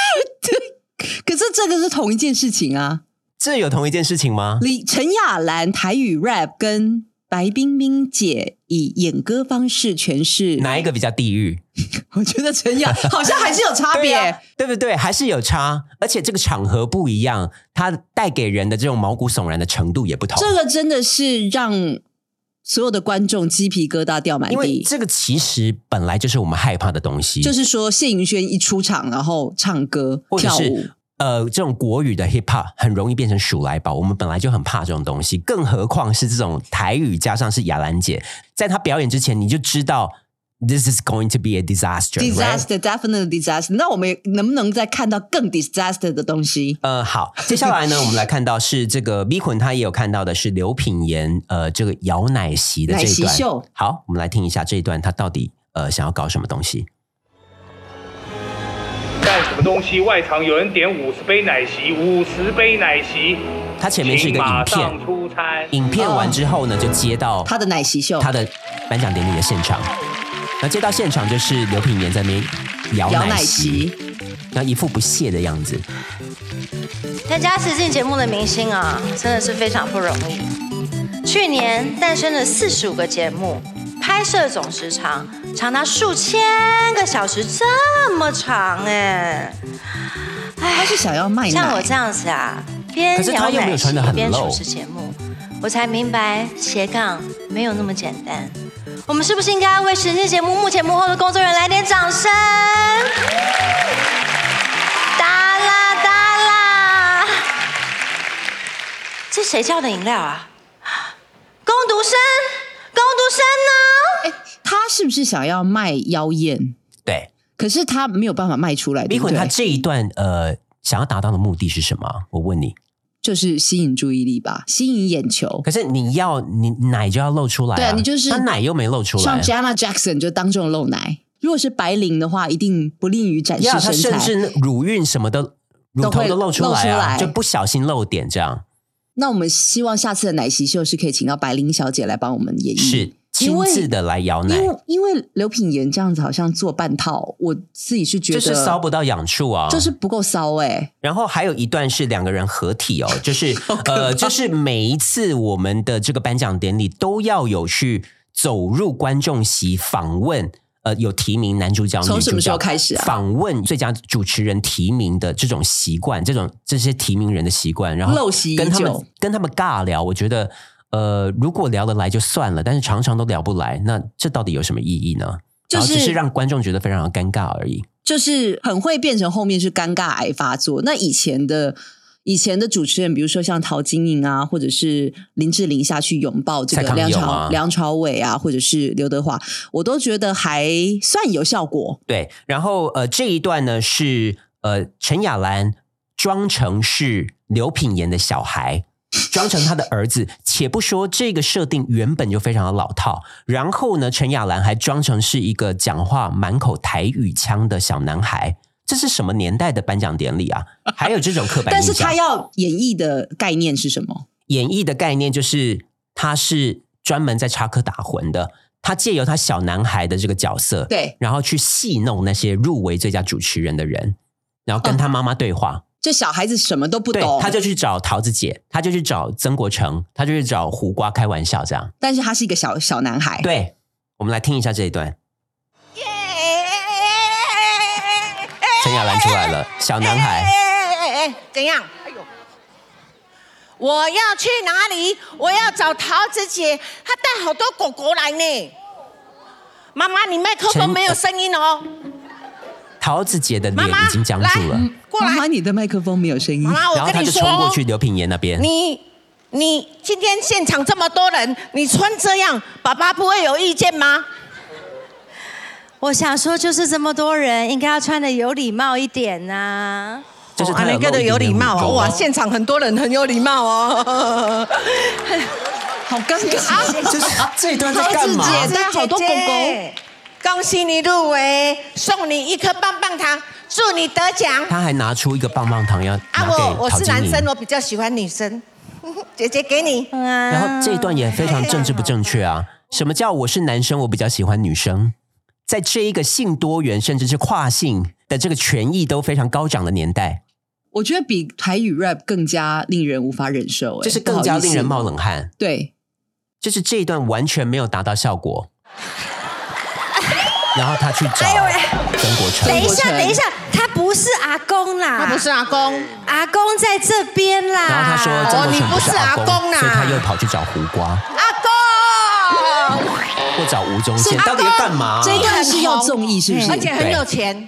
[SPEAKER 3] 可是这个是同一件事情啊。
[SPEAKER 2] 这有同一件事情吗？
[SPEAKER 3] 李陈雅兰台语 rap 跟白冰冰姐以演歌方式诠释，
[SPEAKER 2] 哪一个比较地狱？
[SPEAKER 3] 我觉得陈雅好像还是有差别。
[SPEAKER 2] 对啊对不对？还是有差，而且这个场合不一样，它带给人的这种毛骨悚然的程度也不同。
[SPEAKER 3] 这个真的是让所有的观众鸡皮疙瘩掉满
[SPEAKER 2] 因为
[SPEAKER 3] 地。
[SPEAKER 2] 这个其实本来就是我们害怕的东西，
[SPEAKER 3] 就是说，谢盈萱一出场，然后唱
[SPEAKER 2] 嗯
[SPEAKER 3] 歌
[SPEAKER 2] 或者
[SPEAKER 3] 跳舞
[SPEAKER 2] 是，呃，这种国语的 hip hop 很容易变成鼠来宝，我们本来就很怕这种东西，更何况是这种台语加上是雅兰姐，在她表演之前你就知道 this is going to be a disaster。
[SPEAKER 3] disaster definite disaster。那我们能不能再看到更 disaster 的东西？
[SPEAKER 2] 呃，好，接下来呢，我们来看到是这个 V 捆，他也有看到的是刘品言，呃，这个摇奶昔的这一
[SPEAKER 3] 奶昔
[SPEAKER 2] 段
[SPEAKER 3] 秀。
[SPEAKER 2] 好，我们来听一下这一段，他到底呃想要搞什么东西？
[SPEAKER 10] 干什么东西？外场有人点五十杯奶昔，五十杯奶昔。
[SPEAKER 2] 他前面是一个
[SPEAKER 10] 请
[SPEAKER 2] 影
[SPEAKER 10] 马
[SPEAKER 2] 片
[SPEAKER 10] 上，出餐。
[SPEAKER 2] 影片完之后呢，就接到
[SPEAKER 3] 他的奶昔秀，
[SPEAKER 2] 他的颁奖典礼的现场。那接到现场就是刘品言在那边摇
[SPEAKER 3] 摇奶
[SPEAKER 2] 奶
[SPEAKER 3] 昔
[SPEAKER 2] 昔，，然后一副不屑的样子。
[SPEAKER 11] 参加实境节目的明星啊，真的是非常不容易。去年诞生了四十五个节目，拍摄总时长长达数千个小时，这么长哎、
[SPEAKER 3] 他是想要卖奶。
[SPEAKER 11] 像我这样子啊，边
[SPEAKER 2] 可是他
[SPEAKER 11] 摇
[SPEAKER 2] 又没
[SPEAKER 11] 奶
[SPEAKER 2] 有
[SPEAKER 11] 昔
[SPEAKER 2] 穿得很
[SPEAKER 11] 边主
[SPEAKER 2] low
[SPEAKER 11] 持节目，我才明白斜杠没有那么简单。我们是不是应该为实境节目幕前幕后的工作人员来点掌 声？哒啦哒啦，这谁叫的饮料啊？ 工读生，工读生呢？
[SPEAKER 3] 哎，他是不是想要卖妖艳？
[SPEAKER 2] 对
[SPEAKER 3] 可是他没有办法卖出来，
[SPEAKER 2] ，V
[SPEAKER 3] 对不
[SPEAKER 2] 捆他
[SPEAKER 3] 对？
[SPEAKER 2] 这一段呃想要达到的目的是什么？我问你。
[SPEAKER 3] 就是吸引注意力吧，吸引眼球
[SPEAKER 2] 可。是你要你奶就要露出来、啊，
[SPEAKER 3] 对啊你就是
[SPEAKER 2] 他奶又没露出来、
[SPEAKER 3] 像 Jana Jackson 就当众露奶，如果是白领的话，一定不利于展示
[SPEAKER 2] 呀，他
[SPEAKER 3] 身
[SPEAKER 2] 甚
[SPEAKER 3] 材。
[SPEAKER 2] 至乳晕什么的，乳
[SPEAKER 3] 都
[SPEAKER 2] 头
[SPEAKER 3] 会
[SPEAKER 2] 都露出来
[SPEAKER 3] 露出
[SPEAKER 2] 啊，
[SPEAKER 3] 来
[SPEAKER 2] 就不小心漏点这样，
[SPEAKER 3] 那我们希望下次的奶昔秀是可以请到白灵小姐来帮我们演绎，
[SPEAKER 2] 是亲自的来摇奶
[SPEAKER 3] 嗯因，为因为刘品言这样子好像做半套，我自己是觉
[SPEAKER 2] 就是
[SPEAKER 3] 得
[SPEAKER 2] 骚不到痒处啊。
[SPEAKER 3] 就是不够骚哎、
[SPEAKER 2] 然后还有一段是两个人合体 哦，就是呃，就是每一次我们的这个颁奖典礼都要有去走入观众席访问。呃，有提名男主角、
[SPEAKER 3] 从
[SPEAKER 2] 女
[SPEAKER 3] 什
[SPEAKER 2] 主
[SPEAKER 3] 么时候
[SPEAKER 2] 角
[SPEAKER 3] 开始啊
[SPEAKER 2] 访问最佳主持人提名的这种习惯，这种这些提名人的习惯，然后
[SPEAKER 3] 陋习已
[SPEAKER 2] 啊跟他
[SPEAKER 3] 久
[SPEAKER 2] 们跟他们尬聊，我觉得呃，如果聊得来就算了，但是常常都聊不来，那这到底有什么意义呢？然
[SPEAKER 3] 就
[SPEAKER 2] 后
[SPEAKER 3] 是
[SPEAKER 2] 只是让观众觉得非常的尴尬而已。
[SPEAKER 3] 就是很会变成后面是尴尬癌发作。那以前的以前的主持人，比如说像陶晶莹啊，或者是林志玲下去拥抱这
[SPEAKER 2] 蔡
[SPEAKER 3] 个
[SPEAKER 2] 康
[SPEAKER 3] 梁
[SPEAKER 2] 永
[SPEAKER 3] 朝、
[SPEAKER 2] 啊
[SPEAKER 3] 梁朝伟啊，或者是刘德华，我都觉得还算有效果。
[SPEAKER 2] 对，然后呃，这一段呢是呃陈雅兰装成是刘品言的小孩，装成他的儿子。且不说这个设定原本就非常的老套，然后呢，陈雅兰还装成是一个讲话满口台语腔的小男孩。这是什么年代的颁奖典礼啊？还有这种刻板
[SPEAKER 3] 但
[SPEAKER 2] 印象？
[SPEAKER 3] 是他要演绎的概念是什么？
[SPEAKER 2] 演绎的概念就是，他是专门在插科打诨的，他借由他小男孩的这个角色，
[SPEAKER 3] 对，
[SPEAKER 2] 然后去戏弄那些入围最佳主持人的人，然后跟他妈妈对
[SPEAKER 11] 哦
[SPEAKER 2] 话。
[SPEAKER 3] 这小孩子什么都不
[SPEAKER 2] 对
[SPEAKER 3] 懂，，
[SPEAKER 2] 他就去找桃子姐，他就去找曾国成，他就去找胡瓜开玩笑这样。
[SPEAKER 3] 但是他是一个小小男孩。
[SPEAKER 2] 对，我们来听一下这一段。陈雅兰出来了，小男孩，
[SPEAKER 11] 哎哎哎，怎样？我要去哪里？我要找桃子姐，她带好多狗狗来呢。妈妈，你麦克
[SPEAKER 2] 陈呃
[SPEAKER 11] 风没有声音哦。
[SPEAKER 2] 桃子姐的脸
[SPEAKER 11] 妈妈
[SPEAKER 2] 已经僵住了，
[SPEAKER 11] 过
[SPEAKER 3] 妈
[SPEAKER 11] 来，
[SPEAKER 3] 妈，你的麦克风没有声音
[SPEAKER 11] 妈，妈，
[SPEAKER 2] 然
[SPEAKER 11] 我
[SPEAKER 2] 后
[SPEAKER 11] 跟
[SPEAKER 2] 他
[SPEAKER 11] 你
[SPEAKER 2] 就
[SPEAKER 11] 说
[SPEAKER 2] 冲过
[SPEAKER 11] 哦，
[SPEAKER 2] 去刘品言那边。
[SPEAKER 11] 你你今天现场这么多人，你穿这样，爸爸不会有意见吗？我想说，就是这么多人，应该要穿的有礼貌一点呐、
[SPEAKER 2] 就是
[SPEAKER 11] 啊，
[SPEAKER 2] 他
[SPEAKER 11] 那
[SPEAKER 2] 有露
[SPEAKER 11] 个的
[SPEAKER 2] 一
[SPEAKER 11] 有
[SPEAKER 2] 点点啊
[SPEAKER 11] 礼貌
[SPEAKER 2] 乳
[SPEAKER 11] 哦，
[SPEAKER 2] 沟
[SPEAKER 11] 哇，现场很多人很有礼貌 哦。
[SPEAKER 3] 好尴尬。
[SPEAKER 2] 就是这一段在
[SPEAKER 3] 桃
[SPEAKER 2] 干
[SPEAKER 3] 子
[SPEAKER 2] 嘛？
[SPEAKER 3] 姐带好多狗狗，
[SPEAKER 12] 恭喜你入围，送你一颗棒棒糖，祝你得奖。
[SPEAKER 2] 他还拿出一个棒棒糖要
[SPEAKER 12] 啊，
[SPEAKER 2] 拿给
[SPEAKER 12] 我我
[SPEAKER 2] 陶
[SPEAKER 12] 是
[SPEAKER 2] 晶
[SPEAKER 12] 男
[SPEAKER 2] 莹
[SPEAKER 12] 生，我比较喜欢女生。 姐姐给你。
[SPEAKER 13] 嗯
[SPEAKER 2] 然后这一段也非常政治不正确啊！什么叫我是男生，我比较喜欢女生？在这一个性多元甚至是跨性的这个权益都非常高涨的年代，
[SPEAKER 3] 我觉得比台语 rap 更加令人无法忍受、哎
[SPEAKER 2] 就是更加令人冒冷。
[SPEAKER 3] 不好意思
[SPEAKER 2] 汗。
[SPEAKER 3] 对，
[SPEAKER 2] 就是这一段完全没有达到效果。然后他去找曾国成，
[SPEAKER 14] 等一下，等一下，，他不是阿公啦，他不是
[SPEAKER 12] 阿公，
[SPEAKER 14] 阿公在这边啦。
[SPEAKER 2] 然后他说曾国成是阿公，所以他又跑去找胡瓜
[SPEAKER 12] 阿
[SPEAKER 13] 嗯
[SPEAKER 12] 公。
[SPEAKER 2] 或找吴宗宪，到底要干嘛？嗯
[SPEAKER 12] 而且很有
[SPEAKER 2] 对
[SPEAKER 12] 钱。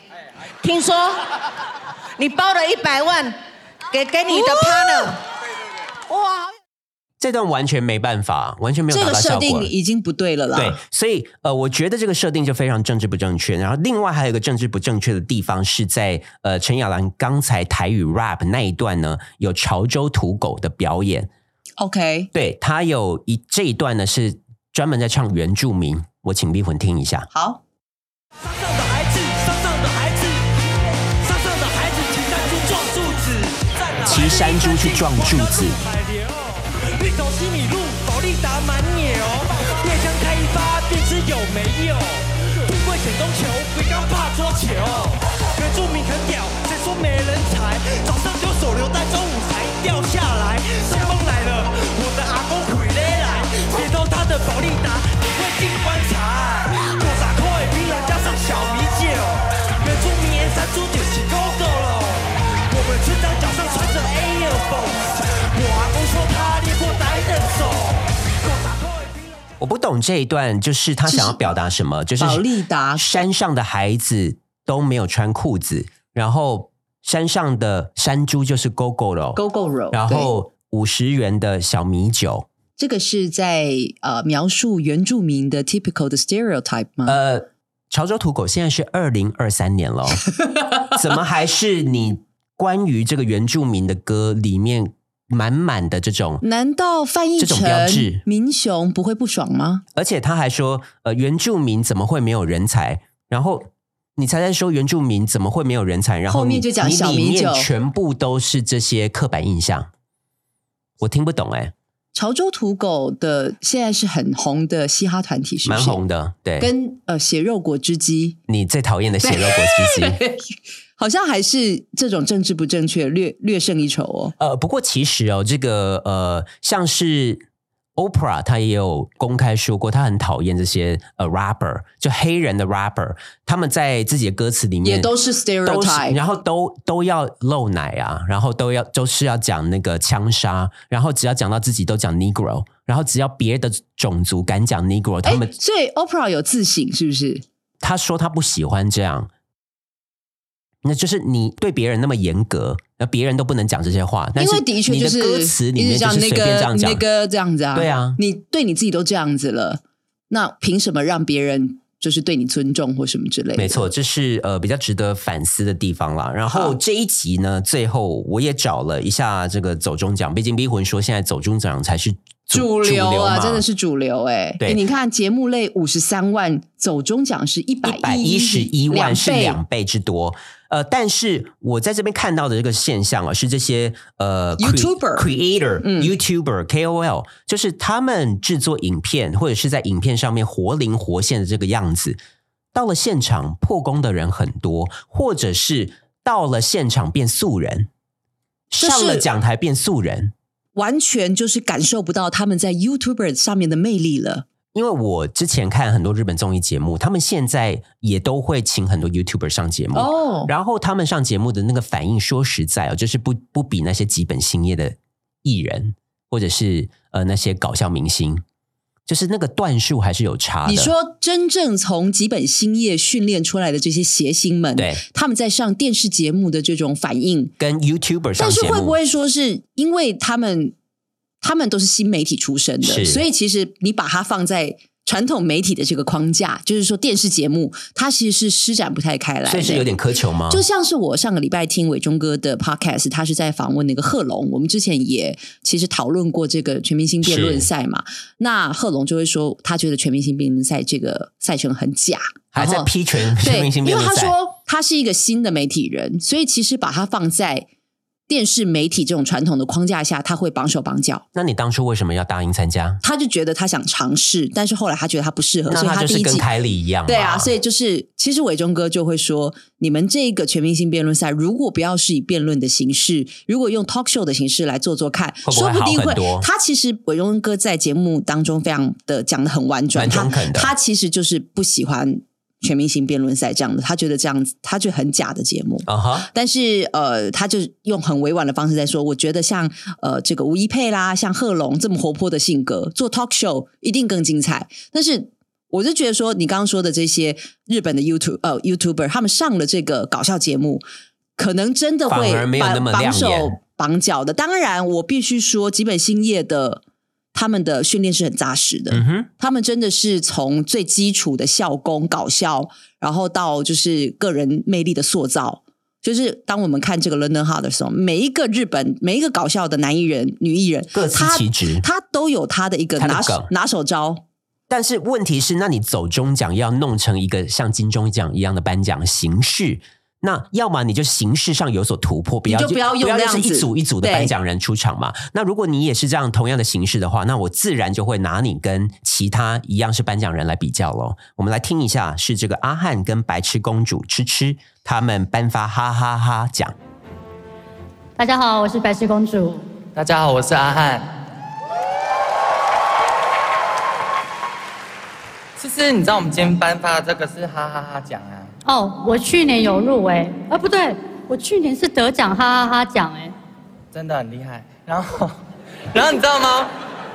[SPEAKER 12] 听说你包了一百万给给你的 partner，哇！
[SPEAKER 2] 这段完全没办法，完全没有
[SPEAKER 3] 这
[SPEAKER 2] 达
[SPEAKER 3] 个
[SPEAKER 2] 到效
[SPEAKER 3] 设
[SPEAKER 2] 果。
[SPEAKER 3] 定已经不对了啦。
[SPEAKER 2] 对，所以呃，我觉得这个设定就非常政治不正确。然后另外还有一个政治不正确的地方是在呃陈雅兰刚才台语 rap 那一段呢，有潮州土狗的表演。
[SPEAKER 3] OK，
[SPEAKER 2] 对他有一这一段呢是专门在唱原住民，我请碧魂听一下。
[SPEAKER 3] 好，
[SPEAKER 2] 骑山猪去撞柱子，
[SPEAKER 15] 绿头西米露，保利达蛮牛，电枪开一发便知有没有。富贵险中求，别刚怕桌球。原住民很屌，谁说没人才？早上丢手榴弹，中午才掉下来。山崩来了，我的阿公回来，别动他的保利达，你会进棺材。我傻块槟榔加上小米酒，原住民的山猪就是狗狗了。我们村长脚上穿着 Airforce，我阿公说他练过白人手。
[SPEAKER 2] 我不懂这一段，就是他想要表达什么？就是
[SPEAKER 3] 保利达
[SPEAKER 2] 山上的孩子都没有穿裤子，然后山上的山猪就是哦狗狗肉，
[SPEAKER 3] 狗狗肉
[SPEAKER 2] 然后五十元的小米酒，
[SPEAKER 3] 这个是在呃描述原住民的 typical 的 stereotype 吗？
[SPEAKER 2] 呃，潮州土狗现在是二零二三年了哦， 怎么还是你关于这个原住民的歌里面满满的这种？
[SPEAKER 3] 难道翻译
[SPEAKER 2] 这种标志
[SPEAKER 3] 成民雄不会不爽吗？
[SPEAKER 2] 而且他还说，呃，原住民怎么会没有人才？然后你才在说原住民怎么会没有人才？然后
[SPEAKER 3] 后
[SPEAKER 2] 你
[SPEAKER 3] 面就讲
[SPEAKER 2] 你
[SPEAKER 3] 小
[SPEAKER 2] 里
[SPEAKER 3] 米
[SPEAKER 2] 面
[SPEAKER 3] 酒
[SPEAKER 2] 全部都是这些刻板印象，我听不懂哎、
[SPEAKER 3] 潮州土狗的现在是很红的嘻哈团体，是不
[SPEAKER 2] 蛮
[SPEAKER 3] 是？
[SPEAKER 2] 红的，对，
[SPEAKER 3] 跟呃血肉果汁机，
[SPEAKER 2] 你最讨厌的血肉果汁 机。
[SPEAKER 3] 好像还是这种政治不正确略略胜一筹哦。
[SPEAKER 2] 呃，不过其实哦，这个呃，像是 Oprah，她也有公开说过，她很讨厌这些呃 rapper，就黑人的 rapper，他们在自己的歌词里面
[SPEAKER 3] 也都是 stereotype
[SPEAKER 2] 都是然后都都要露奶啊，然后都要都是要讲那个枪杀，然后只要讲到自己都讲 Negro，然后只要别的种族敢讲 Negro，他们
[SPEAKER 3] 哎所以 Oprah 有自省是不是？
[SPEAKER 2] 他说他不喜欢这样。那就是你对别人那么严格，那别人都不能讲这些话。但
[SPEAKER 3] 因
[SPEAKER 2] 是
[SPEAKER 3] 为的确
[SPEAKER 2] 你
[SPEAKER 3] 就
[SPEAKER 2] 的
[SPEAKER 3] 是
[SPEAKER 2] 歌词里
[SPEAKER 3] 一
[SPEAKER 2] 面
[SPEAKER 3] 直
[SPEAKER 2] 就
[SPEAKER 3] 讲
[SPEAKER 2] 是
[SPEAKER 3] 那
[SPEAKER 2] 随便这
[SPEAKER 3] 个
[SPEAKER 2] 样讲
[SPEAKER 3] 那个这样子啊，
[SPEAKER 2] 对啊
[SPEAKER 3] 你对你自己都这样子了，那凭什么让别人就是对你尊重或什么之类的？
[SPEAKER 2] 没错，这是呃比较值得反思的地方啦。然后这一集呢，最后我也找了一下这个走中奖，毕竟逼魂说现在走中奖才是
[SPEAKER 3] 主流啊，
[SPEAKER 2] 嘛
[SPEAKER 3] 真的是主流哎、
[SPEAKER 2] 对
[SPEAKER 3] 诶你看节目类五十三万，走中奖是一百
[SPEAKER 2] 一百一十一万是
[SPEAKER 3] 倍
[SPEAKER 2] 两倍之多。呃，但是我在这边看到的这个现象啊，是这些呃
[SPEAKER 3] YouTuber 嗯
[SPEAKER 2] creator、YouTuber、KOL，就是他们制作影片或者是在影片上面活灵活现的这个样子，到了现场破功的人很多，或者是到了现场变素人，
[SPEAKER 3] 就是
[SPEAKER 2] 上了讲台变素人。
[SPEAKER 3] 完全就是感受不到他们在 YouTuber 上面的魅力了。
[SPEAKER 2] 因为我之前看很多日本综艺节目，他们现在也都会请很多 YouTuber 上节目
[SPEAKER 3] 哦
[SPEAKER 2] 然后他们上节目的那个反应，说实在哦，就是不不比那些基本兴业的艺人，或者是呃那些搞笑明星，就是那个段数还是有差的。
[SPEAKER 3] 你说真正从几本兴业训练出来的这些谐星们，
[SPEAKER 2] 对
[SPEAKER 3] 他们在上电视节目的这种反应，
[SPEAKER 2] 跟 YouTuber 上
[SPEAKER 3] 但是
[SPEAKER 2] 节目，
[SPEAKER 3] 会不会说是因为他们他们都是新媒体出身的，
[SPEAKER 2] 是
[SPEAKER 3] 所以其实你把它放在传统媒体的这个框架，就是说电视节目它其实是施展不太开来的，
[SPEAKER 2] 所以是有点啊苛求吗？
[SPEAKER 3] 就像是我上个礼拜听伟忠哥的 podcast，他是在访问那个贺龙，我们之前也其实讨论过这个全明星辩论赛嘛。那贺龙就会说，他觉得全明星辩论赛这个赛程很假，
[SPEAKER 2] 还在
[SPEAKER 3] 然后
[SPEAKER 2] 批全全
[SPEAKER 3] 哦对，
[SPEAKER 2] 明星
[SPEAKER 3] 因
[SPEAKER 2] 辩
[SPEAKER 3] 为
[SPEAKER 2] 论
[SPEAKER 3] 他
[SPEAKER 2] 赛
[SPEAKER 3] 说。他是一个新的媒体人，所以其实把他放在电视媒体这种传统的框架下，他会绑手绑脚。
[SPEAKER 2] 那你当初为什么要答应参加？
[SPEAKER 3] 他就觉得他想尝试，但是后来他觉得他不适合，
[SPEAKER 2] 那
[SPEAKER 3] 所以
[SPEAKER 2] 他就
[SPEAKER 3] 第
[SPEAKER 2] 是
[SPEAKER 3] 一
[SPEAKER 2] 跟
[SPEAKER 3] 季
[SPEAKER 2] 凯莉一样嘛，
[SPEAKER 3] 对啊，所以就是其实伟忠哥就会说，你们这个全明星辩论赛，如果不要是以辩论的形式，如果用 talk show 的形式来做做看，
[SPEAKER 2] 会不
[SPEAKER 3] 说
[SPEAKER 2] 会
[SPEAKER 3] 不定
[SPEAKER 2] 好
[SPEAKER 3] 会
[SPEAKER 2] 很多。
[SPEAKER 3] 他其实伟忠哥在节目当中非常的讲的很婉转，
[SPEAKER 2] 蛮中
[SPEAKER 3] 他
[SPEAKER 2] 肯的
[SPEAKER 3] 他其实就是不喜欢全明星辩论赛这样的，他觉得这样子他觉得很假的节目。
[SPEAKER 2] 啊哈，
[SPEAKER 3] 但是呃，他就用很委婉的方式在说，我觉得像呃这个吴一佩啦，像贺龙这么活泼的性格，做 talk show 一定更精彩。但是我就觉得说，你刚刚说的这些日本的 YouTube 呃 YouTuber，他们上了这个搞笑节目，可能真的会
[SPEAKER 2] 反而没有
[SPEAKER 3] 绑
[SPEAKER 2] 那么亮
[SPEAKER 3] 绑
[SPEAKER 2] 眼
[SPEAKER 3] 手绑脚的。当然，我必须说，吉本兴业的。他们的训练是很扎实的，
[SPEAKER 2] 嗯哼，
[SPEAKER 3] 他们真的是从最基础的校工、搞笑，然后到就是个人魅力的塑造。就是当我们看这个 London Hard 的时候，每一个日本每一个搞笑的男艺人、女艺人，
[SPEAKER 2] 各司
[SPEAKER 3] 他
[SPEAKER 2] 其职
[SPEAKER 3] 他都有他的一个
[SPEAKER 2] 他的
[SPEAKER 3] 拿手
[SPEAKER 2] 梗
[SPEAKER 3] 拿手招。
[SPEAKER 2] 但是问题是，那你走中奖要弄成一个像金钟奖一样的颁奖形式，那要么你就形式上有所突破，不要
[SPEAKER 3] 你就不要用
[SPEAKER 2] 不要
[SPEAKER 3] 那
[SPEAKER 2] 就是
[SPEAKER 3] 样
[SPEAKER 2] 一
[SPEAKER 3] 子
[SPEAKER 2] 组一组的
[SPEAKER 3] 对
[SPEAKER 2] 颁奖人出场嘛。那如果你也是这样同样的形式的话，那我自然就会拿你跟其他一样是颁奖人来比较喽。我们来听一下，是这个阿汉跟白痴公主痴痴他们颁发哈哈哈奖。
[SPEAKER 16] 啊
[SPEAKER 17] 大家好，我是白雪公主。
[SPEAKER 16] 大家好，我是阿汉。其实你知道我们今天颁发这个是哈哈哈奖啊，
[SPEAKER 17] 哦，我去年有入围，啊不对，我去年是得奖哈哈哈奖哎。
[SPEAKER 16] 真的很厉害。然后， 然后你知道吗？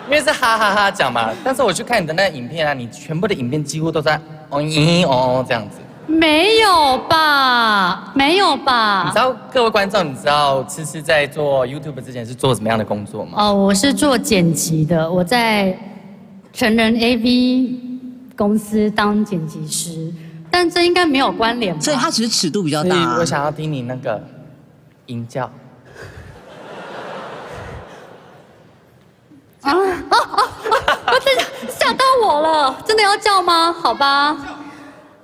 [SPEAKER 16] 因为是哈哈哈奖嘛，但是我去看你的那个影片啊，你全部的影片几乎都在哦咦哦哦这样子。
[SPEAKER 17] 没有吧？没有吧？
[SPEAKER 16] 你知道各位观众，你知道其实在做 YouTube 之前是做什么样的工作吗？
[SPEAKER 17] 哦，我是做剪辑的，我在成人 AV 公司当剪辑师，但这应该没有关联吧？所以它
[SPEAKER 3] 只是尺度比较
[SPEAKER 16] 所以哎我想要听你那个音叫。
[SPEAKER 17] 啊啊啊！我真的吓到我了，真的要叫吗？好吧。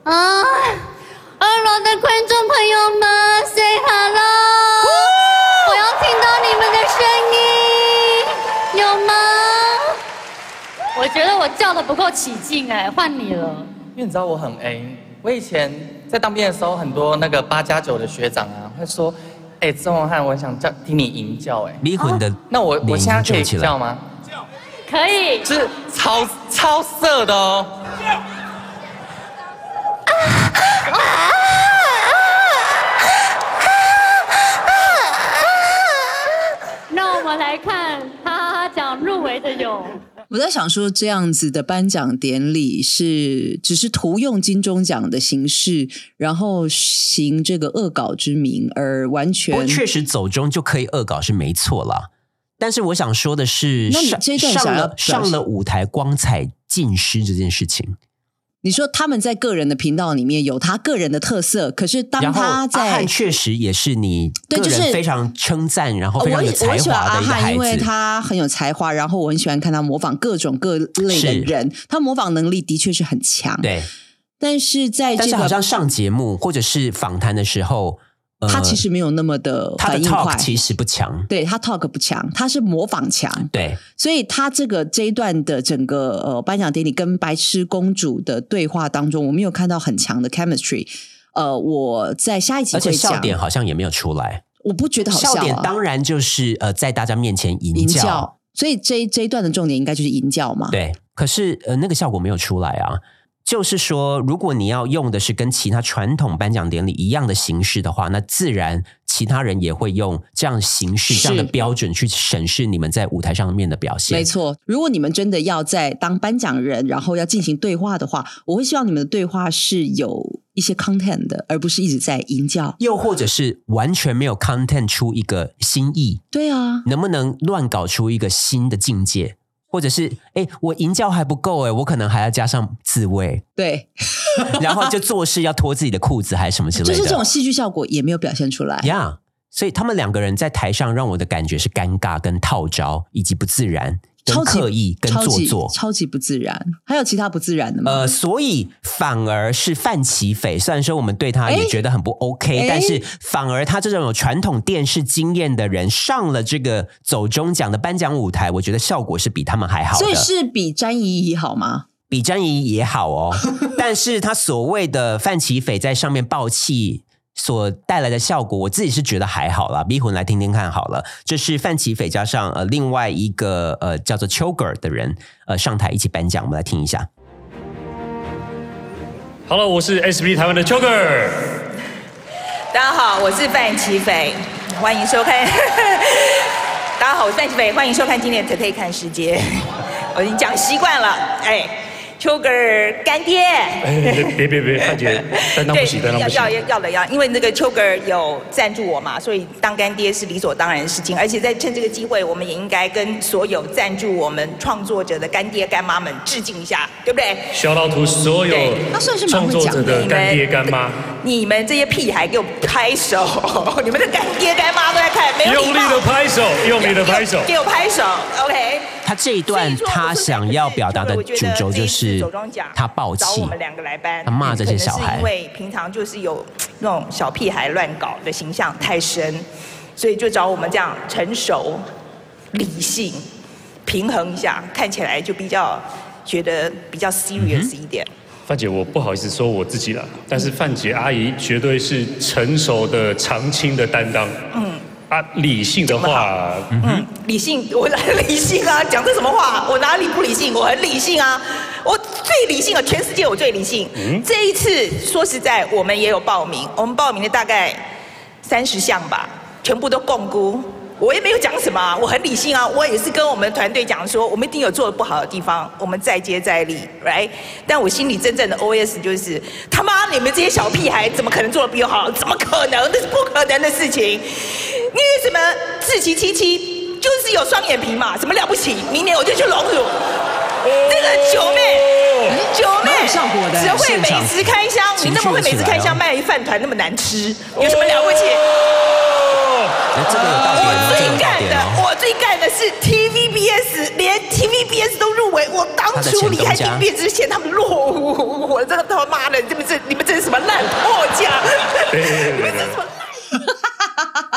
[SPEAKER 17] 啊，二楼的观众朋友们，say hello！我要听到你们的声音，有吗？我觉得我叫的不够起劲哎，换你了。
[SPEAKER 16] 因为你知道我很 A，我以前在当兵的时候，很多那个八加九的学长啊，会说，哎、郑文汉，我想叫听你吟叫、哎，
[SPEAKER 2] 离魂的
[SPEAKER 16] 那我我
[SPEAKER 2] 脸
[SPEAKER 16] 现在可
[SPEAKER 2] 皱
[SPEAKER 16] 以
[SPEAKER 2] 起来
[SPEAKER 16] 叫吗？
[SPEAKER 17] 可以。
[SPEAKER 16] 就是超超色的哦。
[SPEAKER 17] 让我们来看哈哈哈奖入围的有。
[SPEAKER 3] 我在想说，这样子的颁奖典礼是只是图用金钟奖的形式，然后行这个恶搞之名，而完
[SPEAKER 2] 不过
[SPEAKER 3] 全
[SPEAKER 2] 确实走中就可以恶搞是没错啦。但是我想说的是，
[SPEAKER 3] 那你
[SPEAKER 2] 上
[SPEAKER 3] 这段想
[SPEAKER 2] 上
[SPEAKER 3] 要
[SPEAKER 2] 了
[SPEAKER 3] 表示
[SPEAKER 2] 上了舞台光彩尽失这件事情，
[SPEAKER 3] 你说他们在个人的频道里面有他个人的特色，可是当
[SPEAKER 2] 然后
[SPEAKER 3] 他
[SPEAKER 2] 阿
[SPEAKER 3] 在
[SPEAKER 2] 汉确实也是你
[SPEAKER 3] 对
[SPEAKER 2] 个
[SPEAKER 3] 就是
[SPEAKER 2] 人非常称赞，然后非常有
[SPEAKER 3] 我
[SPEAKER 2] 才
[SPEAKER 3] 喜欢
[SPEAKER 2] 华
[SPEAKER 3] 阿
[SPEAKER 2] 的一个
[SPEAKER 3] 汉，
[SPEAKER 2] 孩
[SPEAKER 3] 因为
[SPEAKER 2] 子。
[SPEAKER 3] 他很有才华，然后我很喜欢看他模仿各种各类的
[SPEAKER 2] 是
[SPEAKER 3] 人，他模仿能力的确是很强。
[SPEAKER 2] 对，
[SPEAKER 3] 但是在
[SPEAKER 2] 但是
[SPEAKER 3] 哎这个
[SPEAKER 2] 好像上节目或者是访谈的时候，呃
[SPEAKER 3] 他其实没有那么的
[SPEAKER 2] 他的
[SPEAKER 3] 反应
[SPEAKER 2] talk
[SPEAKER 3] 快，
[SPEAKER 2] 其实不强。
[SPEAKER 3] 对他 talk 不强，他是模仿强。
[SPEAKER 2] 对，
[SPEAKER 3] 所以他这个这一段的整个呃颁奖典礼跟白痴公主的对话当中，我们有看到很强的 chemistry。呃，我在下一集
[SPEAKER 2] 而且
[SPEAKER 3] 会
[SPEAKER 2] 笑
[SPEAKER 3] 讲，
[SPEAKER 2] 点好像也没有出来。
[SPEAKER 3] 我不觉得好笑、啊。
[SPEAKER 2] 点当然就是呃，在大家面前
[SPEAKER 3] 吟
[SPEAKER 2] 吟叫，
[SPEAKER 3] 叫。所以这一这一段的重点应该就是吟叫嘛。
[SPEAKER 2] 对，可是呃，那个效果没有出来啊。就是说，如果你要用的是跟其他传统颁奖典礼一样的形式的话，那自然其他人也会用这样形式、
[SPEAKER 3] 是
[SPEAKER 2] 这样的标准去审视你们在舞台上面的表现。
[SPEAKER 3] 没，错，如果你们真的要在当颁奖人，然后要进行对话的话，我会希望你们的对话是有一些 content 的，而不是一直在吟叫。
[SPEAKER 2] 又或者是完全没有 content 出一个新意，
[SPEAKER 3] 对啊，
[SPEAKER 2] 能不能乱搞出一个新的境界？或者是哎，我银教还不够哎，我可能还要加上自慰，
[SPEAKER 3] 对，
[SPEAKER 2] 然后就做事要脱自己的裤子还是什么之类
[SPEAKER 3] 就
[SPEAKER 2] 的，
[SPEAKER 3] 是这种戏剧效果也没有表现出来。
[SPEAKER 2] 呀。所以他们两个人在台上让我的感觉是尴尬、跟套招，以及不自然、跟
[SPEAKER 3] 超级
[SPEAKER 2] 刻意、跟
[SPEAKER 3] 超
[SPEAKER 2] 做
[SPEAKER 3] 级
[SPEAKER 2] 作。
[SPEAKER 3] 超级不自然。还有其他不自然的吗？
[SPEAKER 2] 呃，所以反而是范奇斐，虽然说我们对他也
[SPEAKER 3] 哎
[SPEAKER 2] 觉得很不 OK，、
[SPEAKER 3] 哎
[SPEAKER 2] 但是反而他这种有传统电视经验的人上了这个走中奖的颁奖舞台，我觉得效果是比他们呃还好的。
[SPEAKER 3] 所以是比詹怡怡好吗？
[SPEAKER 2] 比詹怡也好哦，但是他所谓的范奇斐在上面爆气所带来的效果，我自己是觉得还好啦。逼魂来听听看好了，这是范奇斐加上呃另外一个呃叫做丘格尔的人呃上台一起颁奖，我们来听一下。
[SPEAKER 18] Hello，我是 SB 台湾的 Joker。
[SPEAKER 13] 大家好，我是范奇斐，欢迎收看。 大家好，我是范奇斐，欢迎收看今天的《可以看世界》。 我已经讲习惯了，哎，秋哥儿干爹。
[SPEAKER 18] 哎，别 别别，范姐，担当不起，担当
[SPEAKER 13] 要
[SPEAKER 18] 不起。
[SPEAKER 13] 要要要的要，因为那个秋哥儿有赞助我嘛，所以当干爹是理所当然的事情。而且在趁这个机会，我们也应该跟所有赞助我们创作者的干爹干妈们致敬一下，对不对？
[SPEAKER 18] 小老图所有
[SPEAKER 13] 对他算是蛮
[SPEAKER 18] 创
[SPEAKER 13] 会
[SPEAKER 18] 作
[SPEAKER 13] 讲
[SPEAKER 18] 者
[SPEAKER 13] 的
[SPEAKER 18] 的干爹干妈，
[SPEAKER 13] 你们这些屁孩给我拍手！ 你们的干爹干妈都在看，没有
[SPEAKER 18] 用
[SPEAKER 13] 礼
[SPEAKER 18] 力
[SPEAKER 13] 貌
[SPEAKER 18] 的拍手，用力的拍手。
[SPEAKER 13] 给我拍手，OK。
[SPEAKER 2] 他这一段他想要表达的
[SPEAKER 13] 我
[SPEAKER 2] 主
[SPEAKER 13] 觉得
[SPEAKER 2] 轴就
[SPEAKER 13] 这一
[SPEAKER 2] 是
[SPEAKER 13] 次走中奖
[SPEAKER 2] 他暴
[SPEAKER 13] 找
[SPEAKER 2] 气
[SPEAKER 13] 我，们两个来搬，
[SPEAKER 2] 他骂这些小
[SPEAKER 13] 可能
[SPEAKER 2] 孩
[SPEAKER 13] 是因为平常就是有那种小屁孩乱搞的形象太深，所以就找我们这样成熟、理性、平衡一下，看起来就比较觉得比
[SPEAKER 2] 嗯
[SPEAKER 13] 较 serious 一点。
[SPEAKER 18] 范姐，我不好意思说我自己了，但是范姐阿姨绝对是成熟的常青的担当
[SPEAKER 13] 嗯，
[SPEAKER 18] 啊。理性的话，嗯，
[SPEAKER 13] 理性，我很理性啊，讲这什么话？我哪里不理性？我很理性啊，我最理性啊，全世界我最理性。
[SPEAKER 18] 嗯
[SPEAKER 13] 这一次说实在，我们也有报名，我们报名的大概三十项吧，全部都共估。我也没有讲什么啊、我很理性啊，我也是跟我们团队讲说，我们一定有做的不好的地方，我们再接再厉，right？但我心里真正的 OS 就是，他妈你们这些小屁孩怎么可能做的比我好？怎么可能？那是不可能的事情。那个什么自欺欺欺，就是有双眼皮嘛，什么了不起？明年我就去隆乳。
[SPEAKER 2] 哦
[SPEAKER 13] 这个九妹，九
[SPEAKER 3] 蛮有
[SPEAKER 13] 妹，
[SPEAKER 3] 效果的
[SPEAKER 13] 只会
[SPEAKER 3] 现
[SPEAKER 13] 美
[SPEAKER 3] 场
[SPEAKER 13] 食开箱，你
[SPEAKER 2] 情
[SPEAKER 13] 那
[SPEAKER 2] 绪
[SPEAKER 13] 么会
[SPEAKER 2] 有起
[SPEAKER 13] 美食
[SPEAKER 2] 来
[SPEAKER 13] 开
[SPEAKER 2] 哦
[SPEAKER 13] 箱，卖饭团那么难吃，有什么了不起？
[SPEAKER 2] 哎，这个有道理哦，
[SPEAKER 13] 我
[SPEAKER 2] 这
[SPEAKER 13] 最
[SPEAKER 2] 个有道
[SPEAKER 13] 干
[SPEAKER 2] 理
[SPEAKER 13] 的
[SPEAKER 2] 哦。，
[SPEAKER 13] 我最干的是 TVBS，连 TVBS 都入围，我当
[SPEAKER 2] 他的前
[SPEAKER 13] 初
[SPEAKER 2] 东
[SPEAKER 13] 离开
[SPEAKER 2] 家
[SPEAKER 13] TVBS 嫌他们落伍，我真的他妈的，你们这你们这是什么烂破家？你们这是什么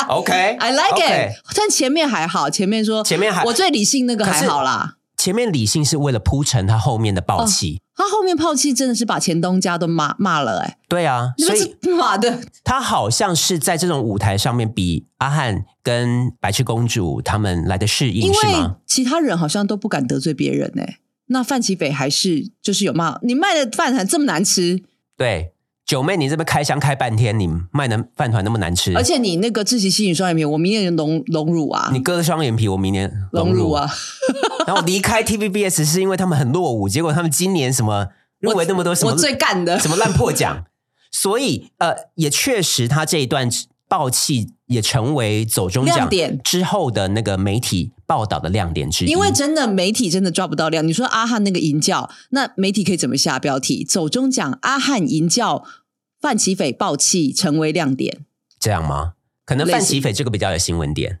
[SPEAKER 2] OK，I
[SPEAKER 3] I like
[SPEAKER 2] OK
[SPEAKER 3] it，但前面还好，前面说
[SPEAKER 2] 前面还
[SPEAKER 3] 我最理性那个还好啦。。
[SPEAKER 2] 前面理性是为了铺陈他后面的暴气，
[SPEAKER 3] 他后面抛弃真的是把前东家都骂骂了哎、
[SPEAKER 2] 对啊，
[SPEAKER 3] 你
[SPEAKER 2] 所
[SPEAKER 3] 们
[SPEAKER 2] 以
[SPEAKER 3] 这妈的，
[SPEAKER 2] 他好像是在这种舞台上面比阿汉跟白痴公主他们来的适
[SPEAKER 3] 因
[SPEAKER 2] 应
[SPEAKER 3] 为
[SPEAKER 2] 是吗？
[SPEAKER 3] 其他人好像都不敢得罪别人哎、那范奇斐还是就是有骂你卖的饭团这么难吃，
[SPEAKER 2] 对，九妹，你这边开箱开半天，你卖的饭团那么难吃，
[SPEAKER 3] 而且你那个自己吸引双眼皮，我明年隆隆乳啊，
[SPEAKER 2] 你割了双眼皮，我明年
[SPEAKER 3] 隆乳啊，
[SPEAKER 2] 隆乳。 然后离开 TVBS 是因为他们很落伍，结果他们今年什么入围那么多什么
[SPEAKER 3] 我最干的
[SPEAKER 2] 什么烂破奖，所以呃，也确实他这一段爆气也成为走中奖
[SPEAKER 3] 亮点
[SPEAKER 2] 之后的那个媒体报道的亮点之一。
[SPEAKER 3] 因为真的媒体真的抓不到量。你说阿汉那个淫教，那媒体可以怎么下标题？走中奖，阿汉淫教，范奇斐暴气成为亮点。
[SPEAKER 2] 这样吗？可能
[SPEAKER 3] 类似
[SPEAKER 2] 范奇斐这个比较有新闻点。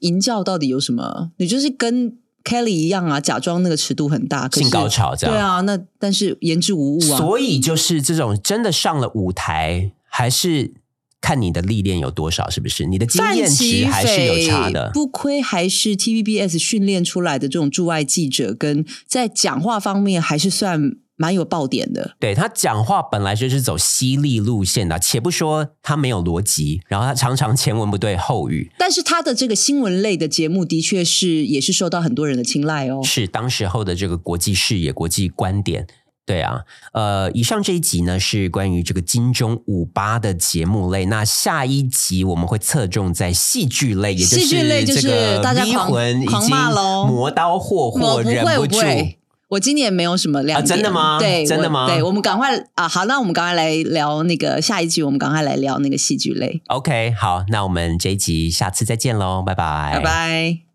[SPEAKER 3] 淫教到底有什么？你就是跟 Kelly 一样啊，假装那个尺度很大，可是
[SPEAKER 2] 性高潮这样
[SPEAKER 3] 对啊，那但是言之无物啊。
[SPEAKER 2] 所以就是这种真的上了舞台，还是看你的历练有多少，是不是？你的经
[SPEAKER 3] 范
[SPEAKER 2] 验
[SPEAKER 3] 奇
[SPEAKER 2] 值还是有差
[SPEAKER 3] 斐
[SPEAKER 2] 的。
[SPEAKER 3] 不亏还是 TVBS 训练出来的这种驻外记者，跟在讲话方面还是算蛮有爆点的。
[SPEAKER 2] 对他讲话本来就是走犀利路线的，且不说他没有逻辑，然后他常常前文不对后语，
[SPEAKER 3] 但是他的这个新闻类的节目，的确是也是受到很多人的青睐 哦。
[SPEAKER 2] 是当时候的这个国际视野、国际观点。对啊，呃，以上这一集呢是关于这个金钟五八的节目类，那下一集我们会侧重在戏剧类，也就
[SPEAKER 3] 戏剧类就
[SPEAKER 2] 这
[SPEAKER 3] 是
[SPEAKER 2] 个
[SPEAKER 3] 大家
[SPEAKER 2] 迷
[SPEAKER 3] 狂
[SPEAKER 2] 魂已
[SPEAKER 3] 狂
[SPEAKER 2] 经
[SPEAKER 3] 骂咯
[SPEAKER 2] 磨刀霍霍，
[SPEAKER 3] 我不
[SPEAKER 2] 忍
[SPEAKER 3] 会，我不
[SPEAKER 2] 住。
[SPEAKER 3] 会。我今年没有什么
[SPEAKER 2] 啊
[SPEAKER 3] 亮点、
[SPEAKER 2] 真的吗
[SPEAKER 3] 对，
[SPEAKER 2] 真的
[SPEAKER 3] 我
[SPEAKER 2] 吗
[SPEAKER 3] 对，我们赶快啊，好，那我们赶快来聊那个下一集，我们赶快来聊那个戏剧类，
[SPEAKER 2] OK，好，那我们这一集下次再见喽，拜拜，
[SPEAKER 3] 拜拜。